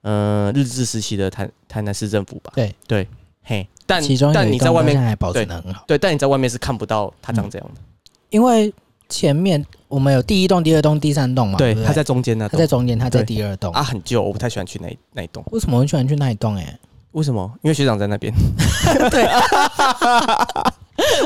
[SPEAKER 1] 呃，日治时期的台台南市政府吧？
[SPEAKER 2] 对
[SPEAKER 1] 对，嘿，但
[SPEAKER 2] 其中有一
[SPEAKER 1] 但你
[SPEAKER 2] 栋
[SPEAKER 1] 在外
[SPEAKER 2] 现
[SPEAKER 1] 面
[SPEAKER 2] 还保存的很好，
[SPEAKER 1] 对，但你在外面是看不到它长这样
[SPEAKER 2] 嗯
[SPEAKER 1] 的。
[SPEAKER 2] 因为前面我们有第一栋、第二栋、第三栋嘛，对不对，
[SPEAKER 1] 它在中间那
[SPEAKER 2] 它
[SPEAKER 1] 栋
[SPEAKER 2] 在中间，它在
[SPEAKER 1] 对
[SPEAKER 2] 第二栋
[SPEAKER 1] 啊，很旧，我不太喜欢去那一那一栋。
[SPEAKER 2] 为什么我很喜欢去那一栋？哎，
[SPEAKER 1] 为什么？因为学长在那边。 [laughs] 对，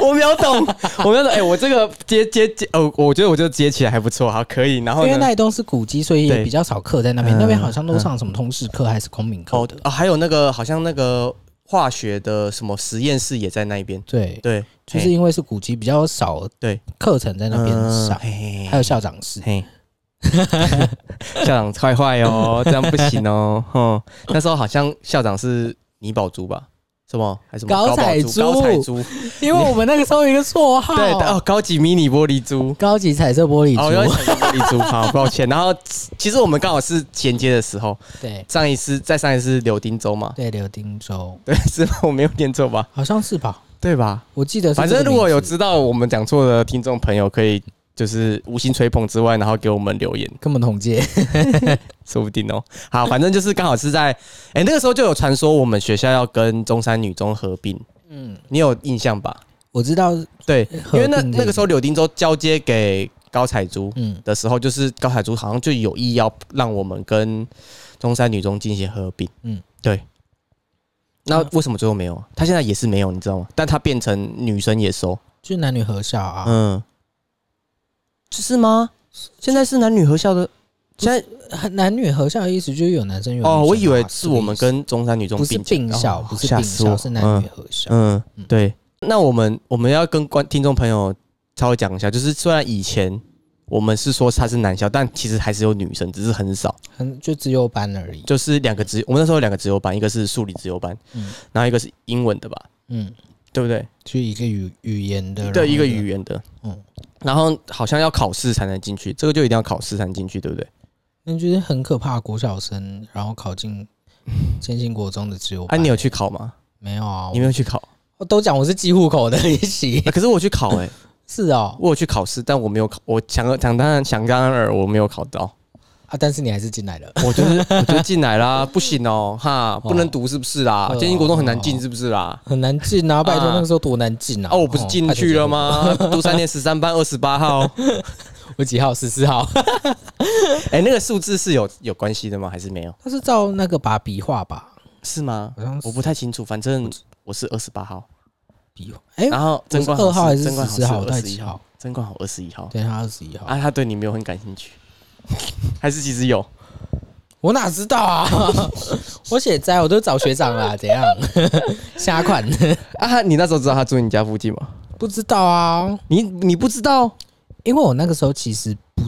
[SPEAKER 1] 我秒懂，我秒懂。哎、我这个接接接，哦，我觉得我就接起来还不错，好，可以。然后
[SPEAKER 2] 因为
[SPEAKER 1] 呢
[SPEAKER 2] 那？一栋是古迹，所以也
[SPEAKER 1] 对
[SPEAKER 2] 比较少课在那边。
[SPEAKER 1] 嗯
[SPEAKER 2] 那边好像都上什么通识课还是公民课
[SPEAKER 1] 哦
[SPEAKER 2] 的。
[SPEAKER 1] 啊，还有那个好像那个化学的什么实验室也在那一边。
[SPEAKER 2] 对，
[SPEAKER 1] 对，
[SPEAKER 2] 就是因为是古迹，比较少
[SPEAKER 1] 对
[SPEAKER 2] 课程在那边上，
[SPEAKER 1] 嗯嘿
[SPEAKER 2] 还有校长室。
[SPEAKER 1] 嘿， [laughs] 校长坏坏哦，这样不行哦。哼，那时候好像校长是倪宝珠吧？什么？还是什么
[SPEAKER 2] 高
[SPEAKER 1] 宝
[SPEAKER 2] 彩
[SPEAKER 1] 珠高彩
[SPEAKER 2] 珠
[SPEAKER 1] 珠，
[SPEAKER 2] 因为我们那个时候有一个绰号，
[SPEAKER 1] 对哦，高级迷你玻璃珠。
[SPEAKER 2] 高级彩色玻璃
[SPEAKER 1] 哦，要
[SPEAKER 2] 珠。
[SPEAKER 1] 讲玻璃珠，好，抱歉。然后其实我们刚好是衔接的时候，
[SPEAKER 2] 对
[SPEAKER 1] 上一次在上一次柳丁州嘛，
[SPEAKER 2] 对，柳丁洲
[SPEAKER 1] 对，是吗？我没有念错吧？
[SPEAKER 2] 好像是吧？
[SPEAKER 1] 对吧？
[SPEAKER 2] 我记得是这
[SPEAKER 1] 反
[SPEAKER 2] 个名字。
[SPEAKER 1] 正如果有知道我们讲错的听众朋友，可以就是无心吹捧之外，然后给我们留言，
[SPEAKER 2] 根本统计，
[SPEAKER 1] [laughs] 说不定哦。好，反正就是刚好是在，哎，那个时候就有传说我们学校要跟中山女中合并，
[SPEAKER 2] 嗯，
[SPEAKER 1] 你有印象吧？
[SPEAKER 2] 我知道，
[SPEAKER 1] 对，因为那
[SPEAKER 2] 合并的
[SPEAKER 1] 那个时候柳丁州交接给高彩珠，
[SPEAKER 2] 嗯，
[SPEAKER 1] 的时候，就是高海珠好像就有意要让我们跟中山女中进行合并。嗯
[SPEAKER 2] 嗯，
[SPEAKER 1] 对。那为什么最后没有啊？他现在也是没有，你知道吗？但他变成女生也收，
[SPEAKER 2] 就是男女合校啊。
[SPEAKER 1] 嗯，是吗？现在是男女合校的，现在
[SPEAKER 2] 男女合校的意思就是有男生有女生啊
[SPEAKER 1] 哦，我以为
[SPEAKER 2] 这
[SPEAKER 1] 是
[SPEAKER 2] 个
[SPEAKER 1] 我
[SPEAKER 2] 意
[SPEAKER 1] 们
[SPEAKER 2] 思
[SPEAKER 1] 跟中山女中
[SPEAKER 2] 不是
[SPEAKER 1] 起
[SPEAKER 2] 并校，
[SPEAKER 1] 哦
[SPEAKER 2] 不是
[SPEAKER 1] 吓
[SPEAKER 2] 并
[SPEAKER 1] 死我
[SPEAKER 2] 校，是男女合校。
[SPEAKER 1] 嗯，嗯
[SPEAKER 2] 嗯
[SPEAKER 1] 对。那我们我们要跟观听众朋友稍微讲一下，就是虽然以前我们是说他是男校，但其实还是有女生，只是很少。
[SPEAKER 2] 很就只有班而已。
[SPEAKER 1] 就是两个职，我们那时候有两个职优班，一个是数理职优班，
[SPEAKER 2] 嗯
[SPEAKER 1] 然后一个是英文的吧，
[SPEAKER 2] 嗯，
[SPEAKER 1] 对不对？
[SPEAKER 2] 就一个语语言的
[SPEAKER 1] 对，一个
[SPEAKER 2] 言
[SPEAKER 1] 语言的，嗯
[SPEAKER 2] 嗯，
[SPEAKER 1] 然后好像要考试才能进去，这个就一定要考试才能进去，对不对？
[SPEAKER 2] 那就是很可怕。国小生然后
[SPEAKER 1] [laughs]
[SPEAKER 2] 考进先进国中的只有
[SPEAKER 1] 哎、
[SPEAKER 2] 班，
[SPEAKER 1] 你有去考吗？
[SPEAKER 2] 没有啊？
[SPEAKER 1] 你没有去考，
[SPEAKER 2] 我都讲我是寄户口的， [laughs] 一起
[SPEAKER 1] 啊可是哦我有去考、欸，哎，
[SPEAKER 2] 是哦
[SPEAKER 1] 我有去考试，但我没有考，我想想当然想当然尔，我没有考到，
[SPEAKER 2] 啊，但是你还是进来了。
[SPEAKER 1] [laughs] 我就是我就进来啦， [laughs] 不行哦，哈，不能读是不是啦？
[SPEAKER 2] 哦
[SPEAKER 1] 监进国中很难进是不是啦？
[SPEAKER 2] 很难进啊！拜托，
[SPEAKER 1] 啊
[SPEAKER 2] 那个时候多难进啊！
[SPEAKER 1] 啊，我不是
[SPEAKER 2] 哦
[SPEAKER 1] 进去了？吗？读三年十三班二十八 [laughs] 号，
[SPEAKER 2] 拜托我几号？十四号。
[SPEAKER 1] 哎、那个数字是有有关系的吗？还是没有？
[SPEAKER 2] 他是照那个把笔画吧？
[SPEAKER 1] 是吗？
[SPEAKER 2] 好像是
[SPEAKER 1] 我不太清楚，反正我是二十八号，
[SPEAKER 2] 笔画。哎，
[SPEAKER 1] 然后
[SPEAKER 2] 我
[SPEAKER 1] 贞
[SPEAKER 2] 是
[SPEAKER 1] 观
[SPEAKER 2] 二号还是
[SPEAKER 1] 贞观
[SPEAKER 2] 十
[SPEAKER 1] 好
[SPEAKER 2] 号？
[SPEAKER 1] 二
[SPEAKER 2] 太
[SPEAKER 1] 十一
[SPEAKER 2] 几
[SPEAKER 1] 号
[SPEAKER 2] 号？，
[SPEAKER 1] 贞观好二十一号
[SPEAKER 2] 对，他二十一号。
[SPEAKER 1] 啊，他对你没有很感兴 [laughs] 趣，还是其实有？
[SPEAKER 2] 我哪知道啊？ [laughs] 我写斋，我都找学长啦，怎样？ [laughs] 瞎款？ [laughs]
[SPEAKER 1] 啊，你那时候知道他住你家附近吗？
[SPEAKER 2] 不知道啊，
[SPEAKER 1] 你你不知道？
[SPEAKER 2] 因为我那个时候其实不，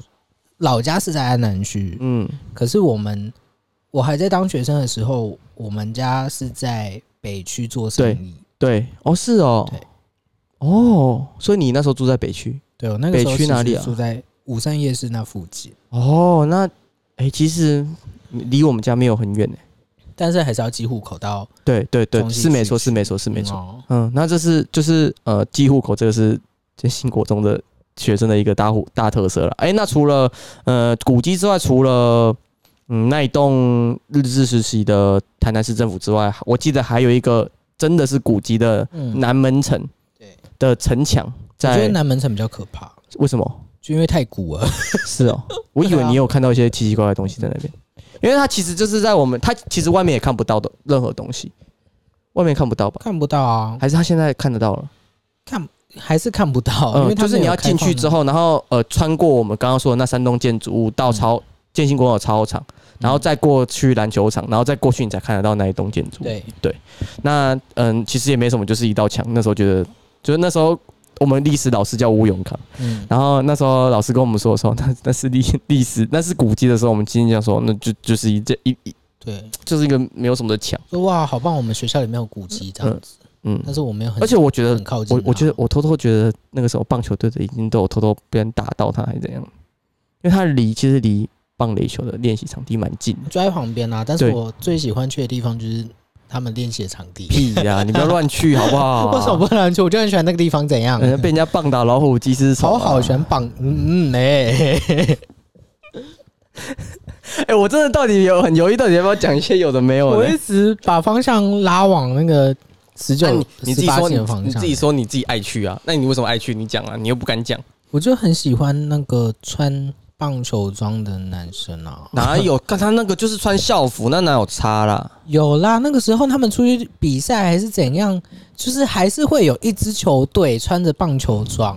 [SPEAKER 2] 老家是在安南区，
[SPEAKER 1] 嗯，
[SPEAKER 2] 可是我们我还在当学生的时候，我们家是在北区做生意。
[SPEAKER 1] 对，哦，是哦
[SPEAKER 2] 对，
[SPEAKER 1] 哦，所以你那时候住在北区，
[SPEAKER 2] 对，我那个时候
[SPEAKER 1] 北区哪里啊
[SPEAKER 2] 其实住在五山夜市那附近，
[SPEAKER 1] 哦，那哎、其实离我们家没有很远诶。
[SPEAKER 2] 但是还是要寄户口到
[SPEAKER 1] 对对对，
[SPEAKER 2] 中心
[SPEAKER 1] 是没错，
[SPEAKER 2] 市区
[SPEAKER 1] 是没错，是没错。
[SPEAKER 2] 错。
[SPEAKER 1] 嗯，那这是就是呃，寄户口这个是这新国中的学生的一个大户大特色了。哎、那除了呃古迹之外，除了嗯那一栋日治时期的台南市政府之外，我记得还有一个真的是古迹的
[SPEAKER 2] 嗯，
[SPEAKER 1] 南门城
[SPEAKER 2] 对
[SPEAKER 1] 的城墙，
[SPEAKER 2] 我觉得
[SPEAKER 1] 在
[SPEAKER 2] 南门城比较可怕，
[SPEAKER 1] 为什么？ [laughs]
[SPEAKER 2] 就因为太古了。
[SPEAKER 1] 是哦，我以为你有看到一些奇奇怪怪的东西在那边，因为它其实就是在我们，它其实外面也看不到的任何东西，外面看不到吧？
[SPEAKER 2] 看不到啊，
[SPEAKER 1] 还是他现在看得到了？
[SPEAKER 2] 看还是看不到，哦因为
[SPEAKER 1] 嗯，
[SPEAKER 2] 它
[SPEAKER 1] 就是
[SPEAKER 2] 没有
[SPEAKER 1] 你要
[SPEAKER 2] 开
[SPEAKER 1] 进去
[SPEAKER 2] 放啊
[SPEAKER 1] 之，后，然后呃，穿过我们刚刚说的那三栋建筑物到操建新国有操场，
[SPEAKER 2] 嗯
[SPEAKER 1] 然后再过去篮球场，然后再过去你才看得到那一栋建筑。，
[SPEAKER 2] 对，
[SPEAKER 1] 那嗯，其实也没什么，就是一道墙。那时候觉得，就是那时候我们历史老师叫吴永康，
[SPEAKER 2] 嗯，
[SPEAKER 1] 然后那时候老师跟我们说的时候，那那是历 [laughs] 历史，那是古迹的时候，我们今天讲说，那就就是一这一一
[SPEAKER 2] 对，
[SPEAKER 1] 就是一个没有什么的墙。
[SPEAKER 2] 说哇，好棒，我们学校里面有古迹这样子，
[SPEAKER 1] 嗯，
[SPEAKER 2] 但是我没有很，
[SPEAKER 1] 而且我觉得
[SPEAKER 2] 很靠近啊
[SPEAKER 1] 我
[SPEAKER 2] 它，
[SPEAKER 1] 我觉得我偷偷觉得那个时候棒球队的已经都有偷偷被人打到他，还是怎样？因为他离其实离棒垒球的练习场地蛮近的
[SPEAKER 2] 我。住在旁边啊，但是
[SPEAKER 1] 对
[SPEAKER 2] 我最喜欢去的地方就是他们练习的场地。
[SPEAKER 1] 屁呀、你不要乱去好不 [laughs] 好？
[SPEAKER 2] 为什么不能去？我就很喜欢那个地方，怎样？
[SPEAKER 1] 哦嗯被人家棒打老虎鸡是手、
[SPEAKER 2] 好
[SPEAKER 1] 啊？
[SPEAKER 2] 好喜欢棒，嗯嗯，
[SPEAKER 1] [laughs]
[SPEAKER 2] 哎、
[SPEAKER 1] 哎、我真的到底有很犹豫，到底要不要讲一些有的没有
[SPEAKER 2] 我
[SPEAKER 1] 的
[SPEAKER 2] 一？直把方向拉往那个十
[SPEAKER 1] 那
[SPEAKER 2] 九、
[SPEAKER 1] 啊你你自己
[SPEAKER 2] 18
[SPEAKER 1] 说
[SPEAKER 2] 线
[SPEAKER 1] 你
[SPEAKER 2] 的方向，
[SPEAKER 1] 你自己说你自己爱去啊？那你为什么爱去？你讲啊，你又不敢讲，
[SPEAKER 2] 我就很喜欢那个穿棒球装的男生啊。
[SPEAKER 1] [laughs] 哪有？看他那个就是穿校服，那哪有差啦？
[SPEAKER 2] [laughs] 有啦，那个时候他们出去比赛还是怎样，就是还是会有一支球队穿着棒球装，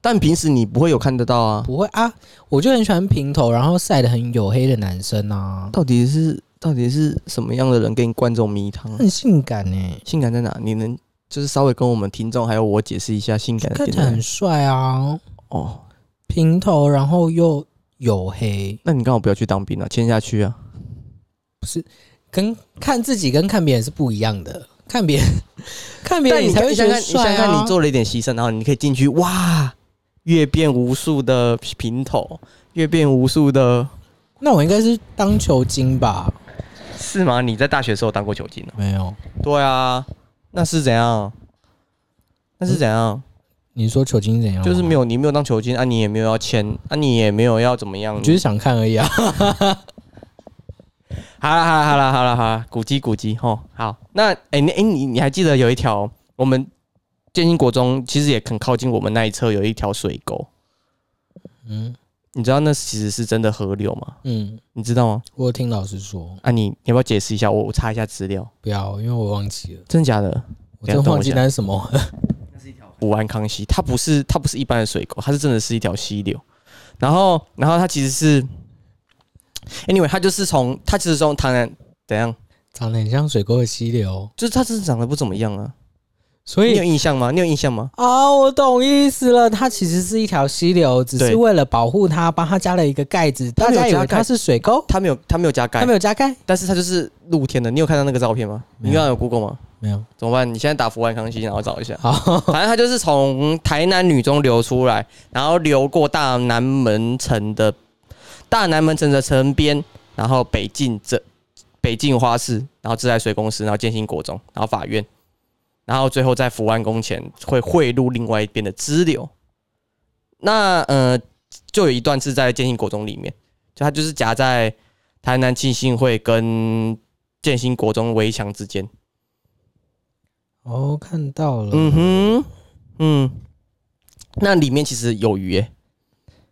[SPEAKER 1] 但平时你不会有看得到啊。
[SPEAKER 2] 不会啊。我就很喜欢平头，然后晒得很黝黑的男生啊，
[SPEAKER 1] 到底是到底是什么样的人给你灌这种迷汤啊、
[SPEAKER 2] 很性感欸呢、
[SPEAKER 1] 性感在哪？你能就是稍微跟我们听众还有我解释一下性感的
[SPEAKER 2] 看
[SPEAKER 1] 点
[SPEAKER 2] 起来
[SPEAKER 1] 在哪
[SPEAKER 2] 很帅啊，
[SPEAKER 1] 哦？
[SPEAKER 2] 平头，然后又黝黑，
[SPEAKER 1] 那你刚好不要去当兵啊，签下去啊。
[SPEAKER 2] 跟看自己跟看别人是不一样的，看别人 [laughs] 看别
[SPEAKER 1] 但
[SPEAKER 2] 人
[SPEAKER 1] 你
[SPEAKER 2] 才会
[SPEAKER 1] 你
[SPEAKER 2] 觉
[SPEAKER 1] 想
[SPEAKER 2] 得
[SPEAKER 1] 看，你想
[SPEAKER 2] 帅
[SPEAKER 1] 看，
[SPEAKER 2] 啊
[SPEAKER 1] 你。做了一点牺牲，然后你可以进去，哇，阅遍无数的平头，阅遍无数的，
[SPEAKER 2] 那我应该是当球精吧？
[SPEAKER 1] 是吗？你在大学的时候当过球精哦？
[SPEAKER 2] 没有，
[SPEAKER 1] 对啊，那是怎样？那是怎样？
[SPEAKER 2] 你说球精怎样？
[SPEAKER 1] 就是没
[SPEAKER 2] 有，
[SPEAKER 1] 有，你没有当球精啊，你也没有要签啊，你也没有要怎么样
[SPEAKER 2] 我。就是想看而已啊。
[SPEAKER 1] 好啦好啦好啦好啦好啦，古迹古迹吼，好，那哎、你哎、你你还记得有一条我们建新国中其实也很靠近我们那一侧有一条水沟，
[SPEAKER 2] 嗯
[SPEAKER 1] 你知道那其实是真的河流吗？
[SPEAKER 2] [laughs] 嗯，
[SPEAKER 1] 你知道吗？
[SPEAKER 2] 我有听老师说，
[SPEAKER 1] 啊你，你要不要解释一下？我我查一下资料，
[SPEAKER 2] 不要，因为我忘记了，
[SPEAKER 1] 真的假的？
[SPEAKER 2] 我
[SPEAKER 1] 等一下
[SPEAKER 2] 真忘记
[SPEAKER 1] 等
[SPEAKER 2] 那是什么。 [laughs]
[SPEAKER 1] 武安康溪，它不是它不是一般的水沟，它是真的是一条溪流。然后然后它其实是，anyway，它就是从它其实从唐南怎样，
[SPEAKER 2] 长得很像水沟的溪流，
[SPEAKER 1] 就是它真的长得不怎么样啊。
[SPEAKER 2] 所
[SPEAKER 1] 你有
[SPEAKER 2] 以
[SPEAKER 1] 印象吗？你有印象吗？
[SPEAKER 2] 啊，我懂意思了，它其实是一条溪流，只是
[SPEAKER 1] 对
[SPEAKER 2] 为了保护它，帮它加了一个盖子，
[SPEAKER 1] 它
[SPEAKER 2] 大
[SPEAKER 1] 没有
[SPEAKER 2] 家以
[SPEAKER 1] 加
[SPEAKER 2] 为它
[SPEAKER 1] 盖
[SPEAKER 2] 是水沟，
[SPEAKER 1] 他没有，他没有加
[SPEAKER 2] 它
[SPEAKER 1] 盖
[SPEAKER 2] 没，有加盖，
[SPEAKER 1] 但是他就是露天的。你有看到那个照片吗？
[SPEAKER 2] 没有
[SPEAKER 1] 你刚刚有 Google 吗？
[SPEAKER 2] 没有。哦
[SPEAKER 1] 怎么办？你现在打福安康熙，然后找一下。
[SPEAKER 2] 好，
[SPEAKER 1] 反正它就是从台南女中流出来，然后流过大南门城的大南门城的城边，然后北进这北进花市，然后自来水公司，然后建兴国中，然后法院，然后最后在福安宫前会汇入另外一边的支流。那呃，就有一段是在建兴国中里面，就它就是夹在台南浸信会跟建兴国中围墙之间。
[SPEAKER 2] [laughs] 哦，看到了，
[SPEAKER 1] 嗯哼，嗯，那里面其实有鱼耶，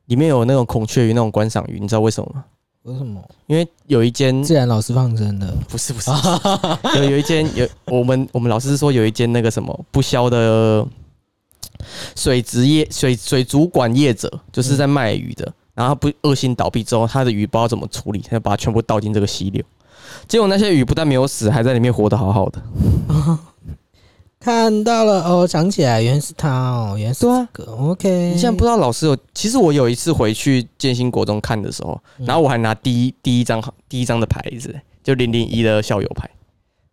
[SPEAKER 1] 里面有那种孔雀鱼那种观赏鱼，你知道为什么吗？
[SPEAKER 2] 为什么？
[SPEAKER 1] 因为有一间
[SPEAKER 2] 自然老师放生的，
[SPEAKER 1] 不是不是，不 [laughs] 是有有一间有我们我们老师是说有一间那个什么不肖的水职业水水族馆业者，就是在卖鱼的，然后他不恶性倒闭之后，他的鱼不知道怎么处理，他就把它全部倒进这个溪流，结果那些鱼不但没有死，还在里面活得好好的。
[SPEAKER 2] 看到了哦，想起来，原来是它哦，原来是这个。OK，
[SPEAKER 1] 啊你现在不知道老师有，其实我有一次回去建新国中看的时候，
[SPEAKER 2] 嗯
[SPEAKER 1] 然后我还拿第一第一张第一张的牌子，就零零一的校友牌，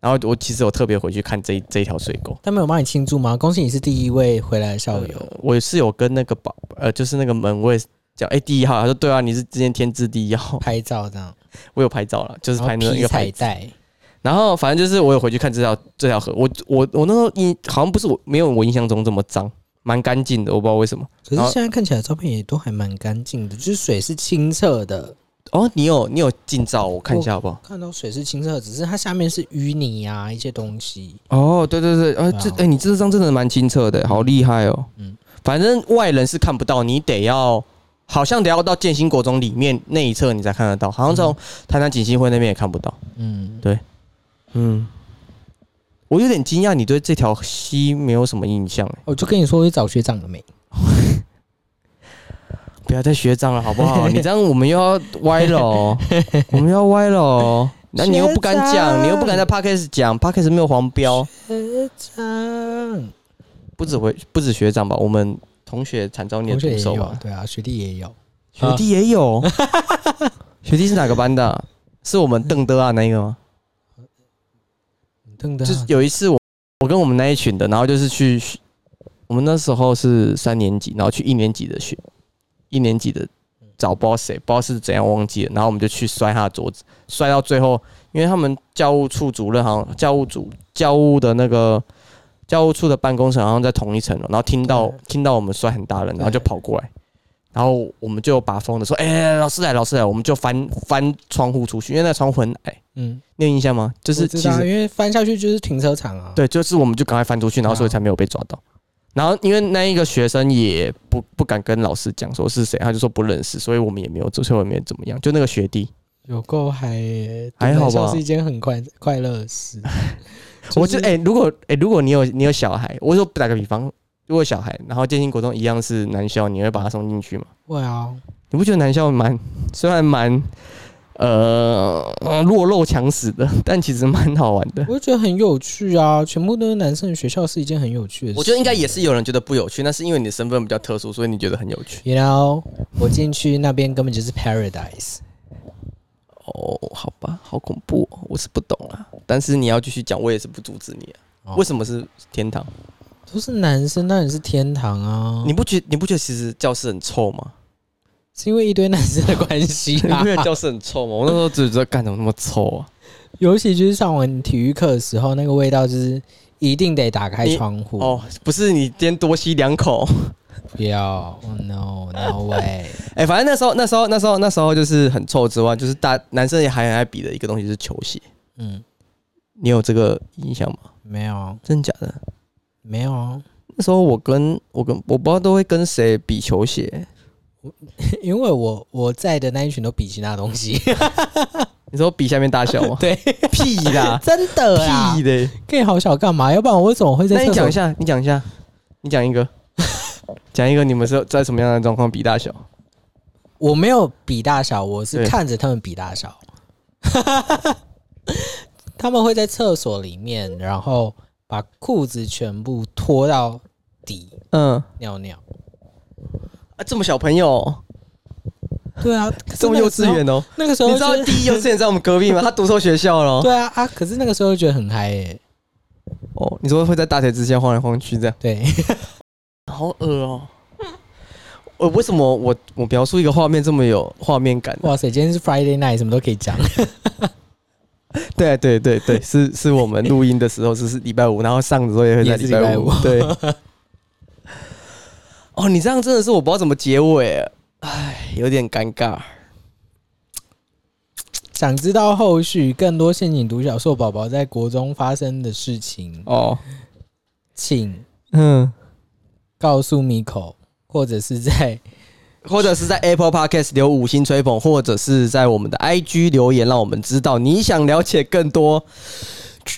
[SPEAKER 1] 然后我其实有特别回去看这这一条水沟。
[SPEAKER 2] 他们有帮你庆祝吗？恭喜你是第一位回来的校友。
[SPEAKER 1] 呃我是有跟那个保呃，就是那个门卫讲，哎、第一号，他说对啊，你是今天天字第一号， [laughs]
[SPEAKER 2] 拍照这样，
[SPEAKER 1] 我有拍照了，就是拍那
[SPEAKER 2] 然后
[SPEAKER 1] 个
[SPEAKER 2] 披
[SPEAKER 1] 一个牌
[SPEAKER 2] 哦彩
[SPEAKER 1] 子。
[SPEAKER 2] 带，
[SPEAKER 1] 然后反正就是我有回去看这条这条河，我我我那时候印好像不是我没有我印象中这么脏，蛮干净的，我不知道为什么。
[SPEAKER 2] 可是
[SPEAKER 1] 然后
[SPEAKER 2] 现在看起来照片也都还蛮干净的，就是水是清澈的，
[SPEAKER 1] 哦，你有你有近照，我看一下好不好？
[SPEAKER 2] 看到水是清澈的，只是它下面是淤泥啊一些东西。
[SPEAKER 1] 哦，对对对，啊，
[SPEAKER 2] 对啊
[SPEAKER 1] 这哎、你这张真的蛮清澈的，好厉害哦。
[SPEAKER 2] 嗯
[SPEAKER 1] 嗯，反正外人是看不到，你得要好像得要到建新国中里面那一侧你才看得到，好像从台南锦新会那边也看不到。
[SPEAKER 2] 嗯，
[SPEAKER 1] 嗯，我有点惊讶，你对这条溪没有什么印象哎，
[SPEAKER 2] 我哦就跟你说，我去找学长了没？
[SPEAKER 1] 不要再学长了好不 [laughs] 好？你这样我们又要歪了哦， [laughs] 我们又要歪了 [laughs] 哦。那你又不敢
[SPEAKER 2] 学长
[SPEAKER 1] 讲，你又不敢在 podcast 讲，podcast 没有黄标，
[SPEAKER 2] 学长，
[SPEAKER 1] 不止回不止学长吧，我们同学惨遭你的
[SPEAKER 2] 同学
[SPEAKER 1] 毒
[SPEAKER 2] 也
[SPEAKER 1] 手
[SPEAKER 2] 有
[SPEAKER 1] 吧
[SPEAKER 2] 啊，。对啊，学弟也有。
[SPEAKER 1] 学弟也有，啊 [laughs] 学弟是哪个班的啊、是我们邓德啊那一个吗？
[SPEAKER 2] 真的
[SPEAKER 1] 就
[SPEAKER 2] 啊，
[SPEAKER 1] 是有一次我我跟我们那一群的，然后就是去我们那时候是三年级，然后去一年级的学一年级的找不知道谁，不知道是怎样忘记了，然后我们就去摔他的桌子，摔到最后，因为他们教务处主任好像教务组教务的那个。教务处的办公室好像在同一层楼，然后听到
[SPEAKER 2] 对
[SPEAKER 1] 听到我们摔很大人，然后就
[SPEAKER 2] 对
[SPEAKER 1] 跑过来，然后我们就把风的说：“哎、老师来，老师来！”我们就翻翻窗户出去，因为那窗户很矮，
[SPEAKER 2] 嗯，
[SPEAKER 1] 你有印象吗？就
[SPEAKER 2] 就是
[SPEAKER 1] 其
[SPEAKER 2] 知道啊，
[SPEAKER 1] 实
[SPEAKER 2] 因为翻下去就是停车场啊。，
[SPEAKER 1] 对，就是我们就赶快翻出去，然后所以才没有被抓到。然后因为那一个学生也不不敢跟老师讲说是谁，他就说不认识，所以我们也没有，所以我们也没怎么样。就那个学弟，
[SPEAKER 2] 有够嗨耶，
[SPEAKER 1] 还
[SPEAKER 2] 读男
[SPEAKER 1] 好
[SPEAKER 2] 校
[SPEAKER 1] 吧
[SPEAKER 2] 是一件很快快乐的 [laughs] 事。
[SPEAKER 1] 我就哎、如果哎、如果你有你有小孩，我说打个比方，如果小孩，然后建新国中一样是男校，你会把他送进去吗？
[SPEAKER 2] 会啊，
[SPEAKER 1] 你不觉得男校蛮虽然蛮呃呃弱肉强食的，但其实蛮好玩的。
[SPEAKER 2] 我就觉得很有趣啊，全部都是男生的学校是一件很有趣的事。
[SPEAKER 1] 我觉得应该也是有人觉得不有趣，那是因为你的身份比较特殊，所以你觉得很有趣。
[SPEAKER 2] You know，我进去那边根本就是 paradise。
[SPEAKER 1] 哦，好吧，好恐怖、哦，我是不懂啊。但是你要继续讲，我也是不阻止你、啊。
[SPEAKER 2] 哦
[SPEAKER 1] 为什么是天堂？
[SPEAKER 2] 都是男生，当然是天堂啊！
[SPEAKER 1] 你不觉你不觉得其实教室很臭吗？
[SPEAKER 2] 是因为一堆男生的关系
[SPEAKER 1] [laughs] 你
[SPEAKER 2] [laughs] 啊
[SPEAKER 1] 不觉，得教室很臭 [laughs] 吗？我那时候只知道干怎么那么臭啊！
[SPEAKER 2] 尤其就是上完体育课的时候，那个味道就是一定得打开
[SPEAKER 1] 你
[SPEAKER 2] 窗户。
[SPEAKER 1] 哦，不是你今天多吸两口。 [laughs]
[SPEAKER 2] 不要、oh、，no no way！ [laughs]
[SPEAKER 1] 哎、反正那时候那时候那时候那时候就是很臭之外，就是大男生也还很爱比的一个东西是球鞋。
[SPEAKER 2] 嗯，
[SPEAKER 1] 你有这个印象吗？
[SPEAKER 2] 没有
[SPEAKER 1] 真的假的？
[SPEAKER 2] 没有啊， [laughs]
[SPEAKER 1] 那时候我跟我跟我不知道都会跟谁比球鞋。
[SPEAKER 2] 因为我我在的那一群都比其他东西，？
[SPEAKER 1] 你说比下面大小吗 [laughs]
[SPEAKER 2] 对，，
[SPEAKER 1] 屁啦 [laughs]
[SPEAKER 2] [laughs] 真的啊 [laughs]
[SPEAKER 1] 屁，的。
[SPEAKER 2] 可以好小干嘛？要不然我怎么会
[SPEAKER 1] 那
[SPEAKER 2] 在
[SPEAKER 1] 你
[SPEAKER 2] 厕
[SPEAKER 1] 讲
[SPEAKER 2] 所
[SPEAKER 1] 一？下，你讲一下，你讲一个，讲一个，你们是在什么样的状况比大小？
[SPEAKER 2] 我没有比大小，我是
[SPEAKER 1] 对
[SPEAKER 2] 看着他们比大 [laughs] 小。他们会在厕所里面，然后把裤子全部脱到底
[SPEAKER 1] 嗯，
[SPEAKER 2] 尿尿。
[SPEAKER 1] 啊，这么小朋友，
[SPEAKER 2] 对啊，
[SPEAKER 1] 这么幼稚园哦，
[SPEAKER 2] 那个时候
[SPEAKER 1] 你知道哦
[SPEAKER 2] 就
[SPEAKER 1] 第一幼稚园在我们隔壁吗？他读错学校了。
[SPEAKER 2] 对啊啊！可是那个时候就觉得很嗨欸耶、
[SPEAKER 1] 哦，你说会在大腿之间晃来晃去这样，
[SPEAKER 2] 对， [laughs]
[SPEAKER 1] 好恶哦。呃，为什么我我描述一个画面这么有画面感呢？
[SPEAKER 2] 哇塞，今天是 Friday night，什么都可以讲。 [laughs]
[SPEAKER 1] 对对对对，是是我们录音的时候是是礼拜五，然后上的时候也会在
[SPEAKER 2] 也是
[SPEAKER 1] 礼拜
[SPEAKER 2] 礼拜五
[SPEAKER 1] 对。哦，你这样真的是我不知道怎么结尾，哎，有点尴尬。
[SPEAKER 2] 想知道后续更多陷阱独角兽宝宝在国中发生的事情，
[SPEAKER 1] 哦，
[SPEAKER 2] 请
[SPEAKER 1] 嗯，
[SPEAKER 2] 告诉 Miko，或者是在
[SPEAKER 1] 或者是在 Apple Podcast 留五星吹捧，或者是在我们的 IG 留言，让我们知道你想了解更多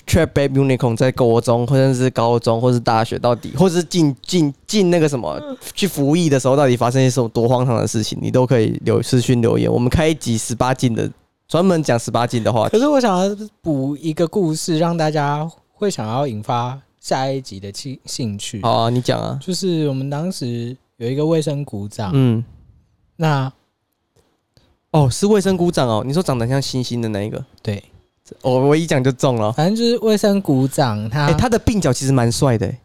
[SPEAKER 1] Trap Baby Unicorn 在国中，或者是高中，或是大学到底，或是进进进那个什么去服役的时候，到底发生一些什么多荒唐的事情，你都可以留私讯留言。我们开一集十八禁的，专门讲十八禁的
[SPEAKER 2] [laughs]
[SPEAKER 1] 话题。
[SPEAKER 2] 可是我想要补一个故事，让大家会想要引发下一集的兴兴趣。
[SPEAKER 1] 好啊，你讲啊，
[SPEAKER 2] 就是我们当时有一个卫生股长，
[SPEAKER 1] 嗯，
[SPEAKER 2] 那
[SPEAKER 1] 哦，是卫生鼓掌哦，你说长得像星星的那一个，
[SPEAKER 2] 对，
[SPEAKER 1] 我、我一讲就中了。
[SPEAKER 2] 反正就是卫生股长他、
[SPEAKER 1] 哎、他的鬓角其实蛮帅的、欸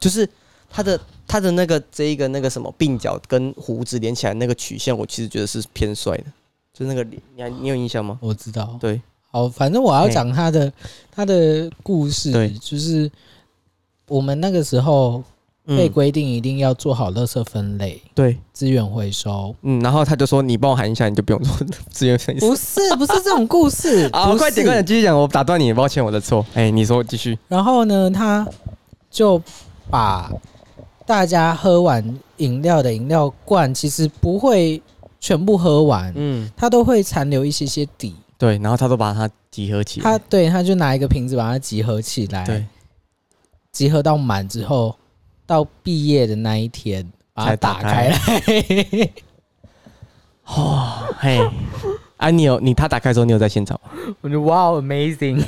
[SPEAKER 1] 就是他的他的那个这一个那个什么鬓角跟胡子连起来那个曲线，我其实觉得是偏帅的，就那个脸，你还你有印象吗？
[SPEAKER 2] 我知道，
[SPEAKER 1] 对，
[SPEAKER 2] 好，反正我要
[SPEAKER 1] 嘿
[SPEAKER 2] 讲他的他的故事，
[SPEAKER 1] 对
[SPEAKER 2] 就是我们那个时候被
[SPEAKER 1] 嗯，
[SPEAKER 2] 规定一定要做好垃圾分类、
[SPEAKER 1] 对，
[SPEAKER 2] 资源回收，
[SPEAKER 1] 嗯，然后他就说你帮我喊一下，你就不用做资源分析。
[SPEAKER 2] [laughs] 不是不是这种故
[SPEAKER 1] [laughs]
[SPEAKER 2] 事
[SPEAKER 1] 啊，
[SPEAKER 2] 不
[SPEAKER 1] 快点
[SPEAKER 2] 是
[SPEAKER 1] 快点，继续讲，我打断你，抱歉，我的错。哎、你说继续。
[SPEAKER 2] 然后呢，他就把大家喝完饮料的饮料罐，其实不会全部喝完，
[SPEAKER 1] 嗯，
[SPEAKER 2] 他都会残留一些些底。
[SPEAKER 1] 对，然后他都把它集合起来。
[SPEAKER 2] 他对，他就拿一个瓶子把它集合起来，
[SPEAKER 1] 对，
[SPEAKER 2] 集合到满之后，到毕业的那一天把它
[SPEAKER 1] 才打
[SPEAKER 2] 打开 [laughs] 来。
[SPEAKER 1] 哦，嘿，啊，你有你他打开的时候，你有在现场吗？
[SPEAKER 2] 我就哇，amazing！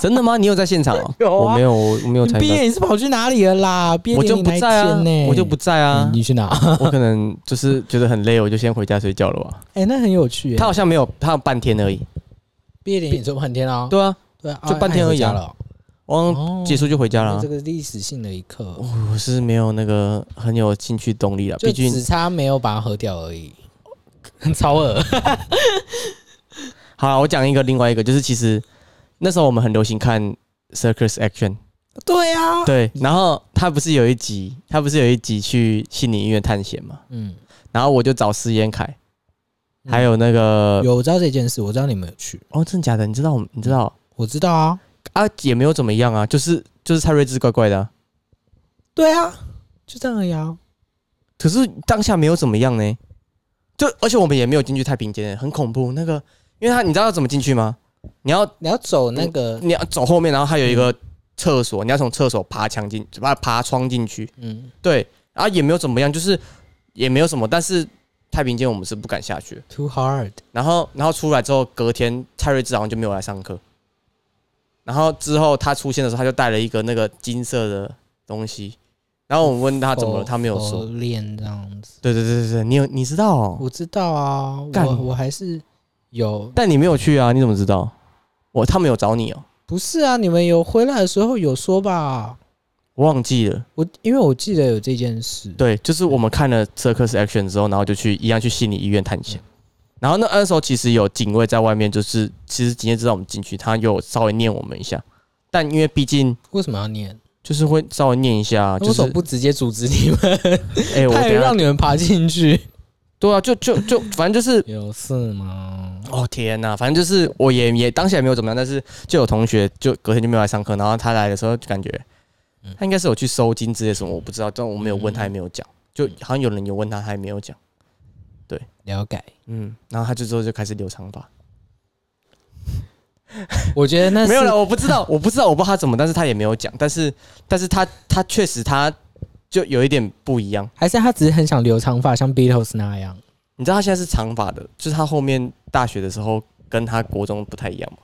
[SPEAKER 1] 真的吗？你有在现场哦？
[SPEAKER 2] [laughs] 有啊
[SPEAKER 1] 我没有，我我没有参
[SPEAKER 2] 毕
[SPEAKER 1] 与到
[SPEAKER 2] 业你是跑去哪里了啦？毕业
[SPEAKER 1] 我就
[SPEAKER 2] 典礼
[SPEAKER 1] 不
[SPEAKER 2] 那一
[SPEAKER 1] 在啊
[SPEAKER 2] 天呢，嗯
[SPEAKER 1] 我就不在啊。[laughs]
[SPEAKER 2] 你去哪？ [laughs]
[SPEAKER 1] 我可能就是觉得很累，我就先回家睡觉了吧。
[SPEAKER 2] 哎，那很有趣耶。
[SPEAKER 1] 他好像没有，他有半天而已。
[SPEAKER 2] 毕业典礼做半天啊？
[SPEAKER 1] 对啊，
[SPEAKER 2] 对啊，
[SPEAKER 1] 就半天而已啊
[SPEAKER 2] 啊那你回家了哦。
[SPEAKER 1] 我
[SPEAKER 2] 哦
[SPEAKER 1] 刚结束就回家了啊
[SPEAKER 2] 这。个历史性的一刻，
[SPEAKER 1] 我是没有那个很有兴趣动力了，
[SPEAKER 2] 就
[SPEAKER 1] 毕竟
[SPEAKER 2] 只差没有把它喝掉而已， [laughs] 超恶。
[SPEAKER 1] 好啦我讲一个另外一个，就是其实那时候我们很流行看 Circus
[SPEAKER 2] [gasps]
[SPEAKER 1] Action，
[SPEAKER 2] 对啊，
[SPEAKER 1] 对，然后他不是有一集，他不是有一集去悉尼医院探险嘛，
[SPEAKER 2] 嗯，
[SPEAKER 1] 然后我就找施延凯，
[SPEAKER 2] 嗯
[SPEAKER 1] 还有那个、
[SPEAKER 2] 有我知道这件事，我知道你们有去，
[SPEAKER 1] 哦，真的假的？你知道我们，你知道
[SPEAKER 2] 我知道啊，
[SPEAKER 1] 啊，也没有怎么样啊，就是就是蔡瑞智怪怪的、啊，
[SPEAKER 2] 对啊，就这样而已啊。
[SPEAKER 1] 可是当下没有怎么样呢，就而且我们也没有进去太平间，很恐怖。那个，因为他你知道要怎么进去吗？你要
[SPEAKER 2] 你要走那个，
[SPEAKER 1] 你要走后面，然后它有一个厕所，你要从厕所爬墙进，爬爬窗进去。
[SPEAKER 2] 嗯，
[SPEAKER 1] 对，然后也没有怎么样，就是也没有什么，但是太平间我们是不敢下去。
[SPEAKER 2] Too hard，
[SPEAKER 1] 然后然后出来之后，隔天蔡瑞智好像就没有来上课。然后之后他出现的时候，他就带了一个那个金色的东西。然后我们问他怎么了，他没有说。
[SPEAKER 2] 练哦这样子，
[SPEAKER 1] 对对对对对，你有你知道、哦？
[SPEAKER 2] 我知道啊，
[SPEAKER 1] 干
[SPEAKER 2] 我我还是有，
[SPEAKER 1] 但你没有去啊？你怎么知道？我他们有找你哦、
[SPEAKER 2] 不是啊，你们有回来的时候有说吧？
[SPEAKER 1] 我忘记了。
[SPEAKER 2] 我因为我记得有这件事，
[SPEAKER 1] 对，就是我们看了 Circus Action 之后，然后就去一样去悉尼医院探险。然后那那时候其实有警卫在外面，就是其实警卫知道我们进去，他有稍微念我们一下，但因为毕竟
[SPEAKER 2] 为什么要念？
[SPEAKER 1] 就是会稍微念一下，
[SPEAKER 2] 那
[SPEAKER 1] 啊就
[SPEAKER 2] 为什
[SPEAKER 1] 是
[SPEAKER 2] 么不直接阻止你们？
[SPEAKER 1] 哎、我
[SPEAKER 2] 他
[SPEAKER 1] 等
[SPEAKER 2] 也
[SPEAKER 1] 一下
[SPEAKER 2] 让你们爬进去，
[SPEAKER 1] 对啊，就就就反正就是
[SPEAKER 2] 有事吗？
[SPEAKER 1] 哦天呐，反正就是我也也当时也没有怎么样，但是就有同学就隔天就没有来上课，然后他来的时候就感觉他应该是有去收金之类什么，我不知道，但我没有问他，也没有讲，就好像有人有问他，他也没有讲，
[SPEAKER 2] 了解。
[SPEAKER 1] 嗯，然后他就之后就开始留长发，
[SPEAKER 2] 我觉得那是
[SPEAKER 1] 没有了，我不知道，我不知道，我不知道他怎么，但是他也没有讲，但是但是他他确实他就有一点不一样，
[SPEAKER 2] 还是他只是很想留长发，像 Beatles 那样。
[SPEAKER 1] 你知道他现在是长发的，就是他后面大学的时候跟他国中不太一样吗？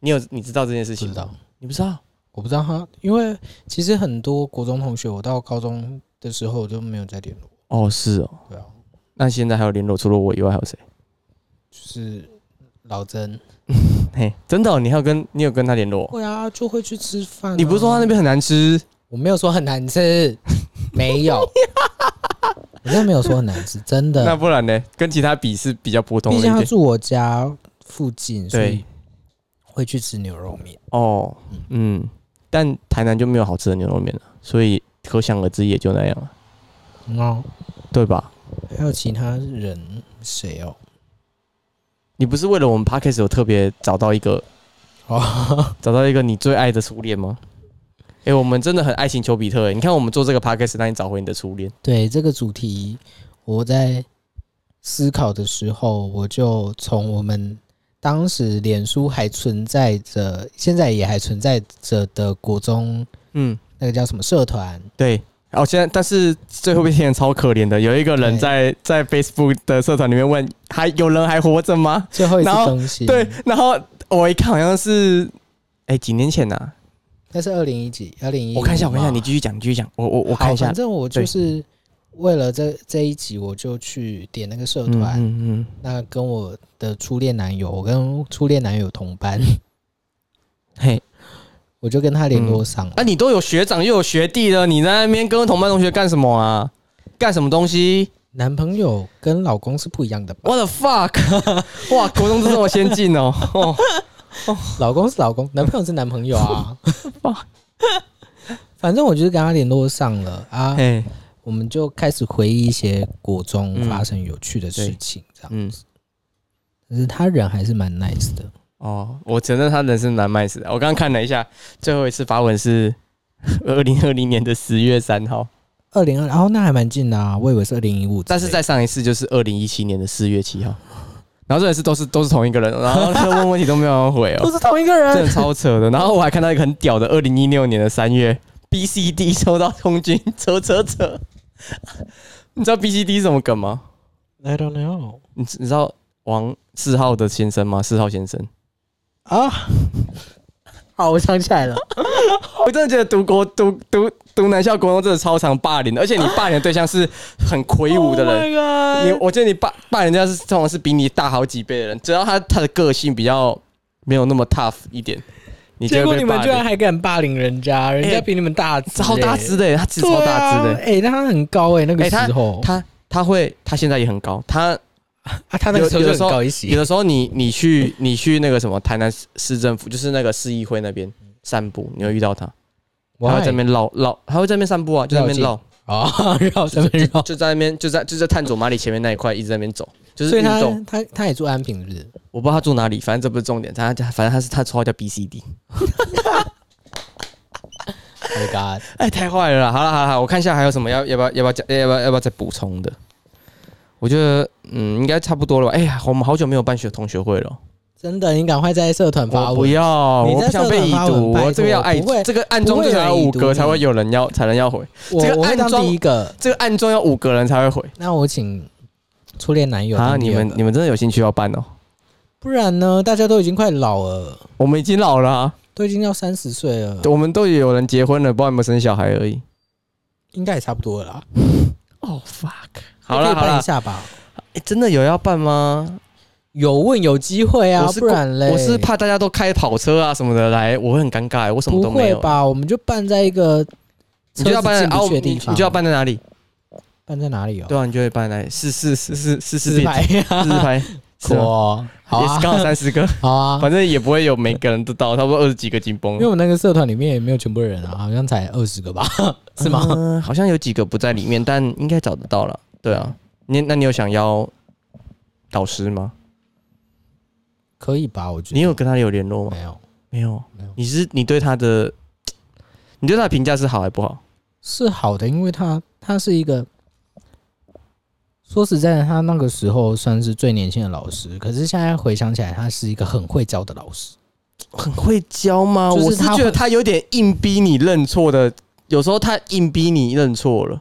[SPEAKER 1] 你有你知道这件事情吗？，你不知道？
[SPEAKER 2] 我不知道他，因为其实很多国中同学，我到高中的时候我就没有再联络。
[SPEAKER 1] 哦，是哦。
[SPEAKER 2] 对啊，
[SPEAKER 1] 那现在还有联络，除了我以外还有谁？
[SPEAKER 2] 就是老曾
[SPEAKER 1] 嘿，真的哦、你还有跟你有跟他联络？
[SPEAKER 2] 会啊，就会去吃饭啊、
[SPEAKER 1] 你不是说他那边很难吃？
[SPEAKER 2] 我没有说很难 [laughs] 吃，没有， [laughs] 我真的没有说很难吃，真
[SPEAKER 1] 那
[SPEAKER 2] 的。
[SPEAKER 1] 不然呢？跟其他比是比较普通的
[SPEAKER 2] 嗯毕
[SPEAKER 1] 一
[SPEAKER 2] 竟他
[SPEAKER 1] 点。
[SPEAKER 2] 住我家附近，所以
[SPEAKER 1] 对
[SPEAKER 2] 会去吃牛肉面。
[SPEAKER 1] 哦，嗯，但台南就没有好吃的牛肉面了，所以可想而知也就那样了，
[SPEAKER 2] 嗯哦，
[SPEAKER 1] 对吧？
[SPEAKER 2] 还有其他人谁哦？
[SPEAKER 1] 你不是为了我们 podcast 有特别找到一个
[SPEAKER 2] 哦，
[SPEAKER 1] [laughs] 找到一个你最爱的初恋吗？哎、我们真的很爱情丘比特、欸。你看我们做这个 podcast，让你找回你的初恋。
[SPEAKER 2] 对这个主题，我在思考的时候，我就从我们当时脸书还存在着，现在也还存在着的国中
[SPEAKER 1] 嗯，
[SPEAKER 2] 那个叫什么社团，
[SPEAKER 1] 对。哦，现在但是最后被听人超可怜的，有一个人
[SPEAKER 2] 对
[SPEAKER 1] 在在 Facebook 的社团里面问，还有人还活着吗？
[SPEAKER 2] 最后一次
[SPEAKER 1] 然后
[SPEAKER 2] 更新，
[SPEAKER 1] 对，，然后我一看好像是，哎、几年前呐、
[SPEAKER 2] 那是二零一几，二零一，
[SPEAKER 1] 我看一下，我看一下，你继续讲，你继续讲，我我我看一
[SPEAKER 2] 好
[SPEAKER 1] 下
[SPEAKER 2] 反，正我就是为了这这一集，我就去点那个社团，
[SPEAKER 1] 嗯嗯，
[SPEAKER 2] 那跟我的初恋男友，我跟初恋男友同班，
[SPEAKER 1] 嘿，
[SPEAKER 2] 我就跟他联络上了。
[SPEAKER 1] 啊，你都有学长又有学弟了，你在那边跟同班同学干什么啊？干什么东西
[SPEAKER 2] 男朋友跟老公是不一样的吧？
[SPEAKER 1] ？What the fuck！哇，
[SPEAKER 2] [laughs]
[SPEAKER 1] 国中就这么先进哦，哦，
[SPEAKER 2] 老公是老公，男朋友是男朋友啊
[SPEAKER 1] [laughs] 哇。
[SPEAKER 2] 反正我就是跟他联络上了啊，
[SPEAKER 1] 嘿，
[SPEAKER 2] 我们就开始回忆一些国中
[SPEAKER 1] 嗯
[SPEAKER 2] 发生有趣的事情，这样。
[SPEAKER 1] 嗯，
[SPEAKER 2] 可是他人还是蛮 nice 的，
[SPEAKER 1] 哦，我承认他人生难卖死的。我刚刚看了一下，最后一次发文是 [laughs] 二零二零年的十月三号，
[SPEAKER 2] 二零二，然后那还蛮近的啊，我以为是二零一五，
[SPEAKER 1] 但是再上一次就是二零一七年的四月七号，然后这也是都是都是同一个人，然后他问问题都没有人回哦，
[SPEAKER 2] [laughs] 都是同一个人
[SPEAKER 1] 真，的超扯的。然后我还看到一个很屌的，二零一六年的三月，BCD 收到空军扯扯扯。你知道 BCD 是什么梗吗？
[SPEAKER 2] I don't know
[SPEAKER 1] 你知你知道王四号的先生吗？四号先生， [laughs]
[SPEAKER 2] 啊。好，我想起来了，
[SPEAKER 1] 我真的觉得读国读读读南校国中真的超常霸凌的，而且你霸凌的对象是很魁
[SPEAKER 2] Oh
[SPEAKER 1] 梧的人。你
[SPEAKER 2] 人，
[SPEAKER 1] 我觉得你霸霸凌人家是通常是比你大好几倍的人，只要他他的个性比较没有那么 tough 一点，你就
[SPEAKER 2] 结果
[SPEAKER 1] 会
[SPEAKER 2] 你
[SPEAKER 1] 被
[SPEAKER 2] 们
[SPEAKER 1] 霸
[SPEAKER 2] 居然
[SPEAKER 1] 凌。
[SPEAKER 2] 还敢霸凌人家，人家比你们大只欸，
[SPEAKER 1] 哎超大只的欸、他其实
[SPEAKER 2] 对
[SPEAKER 1] 超大只的欸、
[SPEAKER 2] 啊哎、那他很高哎、那个
[SPEAKER 1] 欸他
[SPEAKER 2] 时候，
[SPEAKER 1] 他他会，他现在也很高。他
[SPEAKER 2] 啊，他那个时候
[SPEAKER 1] 有
[SPEAKER 2] 就
[SPEAKER 1] 有
[SPEAKER 2] 很
[SPEAKER 1] 时候
[SPEAKER 2] 高一
[SPEAKER 1] 有
[SPEAKER 2] 些，
[SPEAKER 1] 的时候你你去你去那个什么台南市市政府，就是那个市议会那边散步，你会遇到他，他会在那
[SPEAKER 2] [laughs]
[SPEAKER 1] 边绕绕，他会在那边散步啊，就在那边绕，
[SPEAKER 2] 啊，绕这 [laughs] 边绕，
[SPEAKER 1] 就在那边就在就在探索马里前面那一块一直在那边走， [laughs] 就是
[SPEAKER 2] 所以
[SPEAKER 1] 运
[SPEAKER 2] 他
[SPEAKER 1] 动。
[SPEAKER 2] 他他也住安平是不是？
[SPEAKER 1] 我不知道他住哪里，反正这不是重点，他他反正他是他绰号叫 B C D，
[SPEAKER 2] Oh my god！
[SPEAKER 1] 哎，太坏了啦！好了好了好了，我看一下还有什么要要不要要不要讲要不要要不要再补充的。我觉得嗯，应该差不多了吧。哎呀，我们好久没有办学同学会了。
[SPEAKER 2] 真的，你赶快在社团发
[SPEAKER 1] 我不
[SPEAKER 2] 文，
[SPEAKER 1] 要，
[SPEAKER 2] 你
[SPEAKER 1] 我
[SPEAKER 2] 在
[SPEAKER 1] 不想
[SPEAKER 2] 社
[SPEAKER 1] 被
[SPEAKER 2] 团
[SPEAKER 1] 已
[SPEAKER 2] 发
[SPEAKER 1] 读，
[SPEAKER 2] 文拜
[SPEAKER 1] 我这个
[SPEAKER 2] 托
[SPEAKER 1] 要爱
[SPEAKER 2] 不会，
[SPEAKER 1] 这个暗中
[SPEAKER 2] 不会
[SPEAKER 1] 至
[SPEAKER 2] 有
[SPEAKER 1] 少要
[SPEAKER 2] 人已
[SPEAKER 1] 五
[SPEAKER 2] 读
[SPEAKER 1] 个才
[SPEAKER 2] 你
[SPEAKER 1] 会有人要才能要回，
[SPEAKER 2] 我
[SPEAKER 1] 这个
[SPEAKER 2] 我会
[SPEAKER 1] 暗
[SPEAKER 2] 当
[SPEAKER 1] 装
[SPEAKER 2] 第一个。
[SPEAKER 1] 这个暗中要五个人才会回
[SPEAKER 2] 那我请初恋男友
[SPEAKER 1] 啊！
[SPEAKER 2] 当第
[SPEAKER 1] 你
[SPEAKER 2] 二
[SPEAKER 1] 们
[SPEAKER 2] 个
[SPEAKER 1] 你们真的有兴趣要办哦？
[SPEAKER 2] 不然呢？大家都已经快老了，
[SPEAKER 1] 我们已经老了啊、
[SPEAKER 2] 都已经要三十岁了，
[SPEAKER 1] 我们都有人结婚了，不知道有没有生小孩而已。
[SPEAKER 2] 应该也差不多了啦。
[SPEAKER 1] 哦、fuck！好了
[SPEAKER 2] 可以
[SPEAKER 1] 好
[SPEAKER 2] 办
[SPEAKER 1] 了
[SPEAKER 2] 一、下吧。
[SPEAKER 1] 哎真的有要办吗？
[SPEAKER 2] 有问有机会啊，
[SPEAKER 1] 我是
[SPEAKER 2] 不然嘞，
[SPEAKER 1] 我是怕大家都开跑车啊什么的来，我会很尴尬、我什么
[SPEAKER 2] 不
[SPEAKER 1] 都没
[SPEAKER 2] 会
[SPEAKER 1] 有。
[SPEAKER 2] 吧？我们就办在一个
[SPEAKER 1] 你就要
[SPEAKER 2] 车子
[SPEAKER 1] 办
[SPEAKER 2] 进
[SPEAKER 1] 啊，
[SPEAKER 2] 不
[SPEAKER 1] 我
[SPEAKER 2] 去的
[SPEAKER 1] 你
[SPEAKER 2] 地方，
[SPEAKER 1] 你就要办在哪里？
[SPEAKER 2] 办在哪里哦？
[SPEAKER 1] 对啊，你就会办在哪里？四四四四四四
[SPEAKER 2] 自拍 [laughs] 呀，
[SPEAKER 1] 四拍，是吗
[SPEAKER 2] 哇，好
[SPEAKER 1] 也是
[SPEAKER 2] 啊，
[SPEAKER 1] 刚好三十个。
[SPEAKER 2] 好啊，
[SPEAKER 1] 反正也不会有每个人都到，差不多二十几个紧绷
[SPEAKER 2] 因为我们那个社团里面也没有全部人啊，好像才二十个吧， [laughs] 是吗？
[SPEAKER 1] 嗯，好像有几个不在里面，但应该找得到了。对啊，你那你有想要导师吗？
[SPEAKER 2] 可以吧？我觉得
[SPEAKER 1] 你有跟他有联络吗？
[SPEAKER 2] 没有
[SPEAKER 1] 没有
[SPEAKER 2] 没有，
[SPEAKER 1] 你是你对他的，你对他的评价是好还不好？
[SPEAKER 2] 是好的，因为他他是一个说实在的，他那个时候算是最年轻的老师，可是现在回想起来，他是一个很会教的老师。
[SPEAKER 1] 很会教吗？
[SPEAKER 2] 就是
[SPEAKER 1] 我是
[SPEAKER 2] 他会
[SPEAKER 1] 觉得他有点硬逼你认错的，有时候他硬逼你认错了。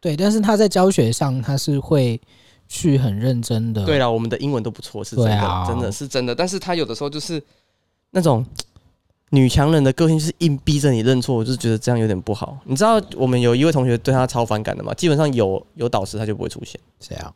[SPEAKER 2] 对，但是他在教学上，他是会去很认真的。
[SPEAKER 1] 对了，我们的英文都不错，是真
[SPEAKER 2] 对
[SPEAKER 1] 的，
[SPEAKER 2] 啊
[SPEAKER 1] 真的是真的。但是他有的时候就是那种女强人的个性就是硬逼着你认错，我就是觉得这样有点不好。你知道我们有一位同学对她超反感的嘛？基本上有有导师他就不会出现。
[SPEAKER 2] 谁啊？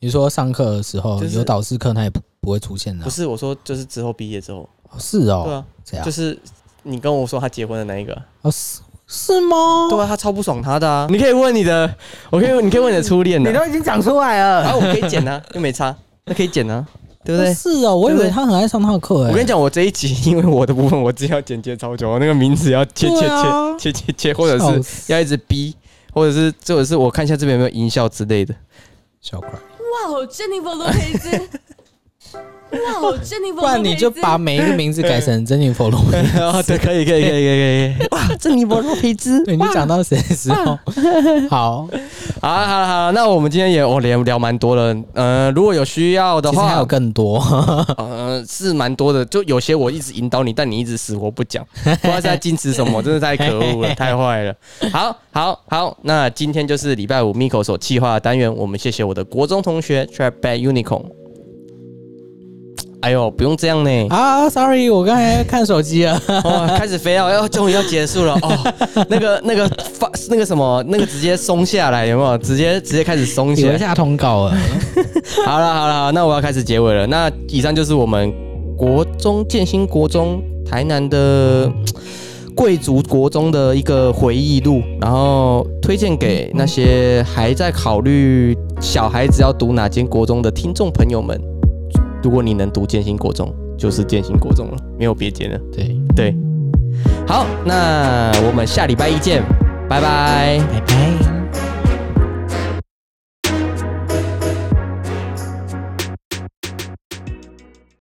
[SPEAKER 2] 你说上课的时候、
[SPEAKER 1] 就是
[SPEAKER 2] 有导师课，他也不不会出现的啊、
[SPEAKER 1] 不是我说，就是之后毕业之后，
[SPEAKER 2] 哦是
[SPEAKER 1] 对
[SPEAKER 2] 哦，
[SPEAKER 1] 啊，
[SPEAKER 2] 谁啊
[SPEAKER 1] 就？是你跟我说他结婚的那一个，
[SPEAKER 2] 哦是是吗？
[SPEAKER 1] 对啊，他超不爽他的啊。你可以问你的，我可以问，你可以问你的初恋的、
[SPEAKER 2] 你
[SPEAKER 1] 啊，
[SPEAKER 2] 都已经讲出来了，
[SPEAKER 1] [laughs] 啊，我可以剪啊，又没差，那可以剪啊，对不对
[SPEAKER 2] 哦？是哦，我以
[SPEAKER 1] 对不
[SPEAKER 2] 为
[SPEAKER 1] 对
[SPEAKER 2] 他很爱上他的课、欸。
[SPEAKER 1] 我跟你讲，我这一集因为我的部分，我自己要剪接超久，我那个名字要切切
[SPEAKER 2] 对啊
[SPEAKER 1] 切切切切，或者
[SPEAKER 2] 笑
[SPEAKER 1] 是
[SPEAKER 2] 死
[SPEAKER 1] 要一直逼，或者是或者是我看一下这边有没有音效之类的。
[SPEAKER 2] 小块，
[SPEAKER 4] 哇哦
[SPEAKER 2] [laughs]
[SPEAKER 4] ，Jennifer Lopez，哇哦，Jennifer，
[SPEAKER 2] 不然你就
[SPEAKER 4] Lopez
[SPEAKER 2] 把每一个名字改成 Jennifer 罗宾。
[SPEAKER 1] [laughs] 啊，对，可以可以可以可以可以。 [laughs] 哇，这尼泊洛培兹
[SPEAKER 2] [laughs] 对你讲到哦谁的时候？ [laughs] 好，
[SPEAKER 1] 好啊好啊好啊，那我们今天也我聊聊蛮多了。呃，如果有需要的
[SPEAKER 2] 其实还
[SPEAKER 1] 话
[SPEAKER 2] 有，更多。
[SPEAKER 1] 呃，是蛮多的。就有些我一直引导你，但你一直死活不讲，不知道在矜持什么，真的太可恶了，太坏了。好，好，好，那今天就是礼拜五 Miko 所企划的单元，我们谢谢我的国中同学 Trap Bad Unicorn。哎呦，不用这样
[SPEAKER 2] [laughs]
[SPEAKER 1] 呢。
[SPEAKER 2] [laughs] 啊，sorry，我刚才看手机啊 [laughs] 了。
[SPEAKER 1] 哦，开始飞了，要终于要结束了哦。那个、那个发、那个什么、那个直接松下来，有没有？直接直接开始松起
[SPEAKER 2] 留
[SPEAKER 1] 来。
[SPEAKER 2] 下通告了，
[SPEAKER 1] 好了好了，好那我要开始结尾了。那以上就是我们国中建新国中台南的嘖贵族国中的一个回忆录，然后推荐给那些还在考虑小孩子要读哪间国中的听众朋友们。如果你能读建新国中，就是建新国中了，没有别间了。
[SPEAKER 2] 对，
[SPEAKER 1] 对，好，那我们下礼拜一见，拜拜。
[SPEAKER 2] 拜拜。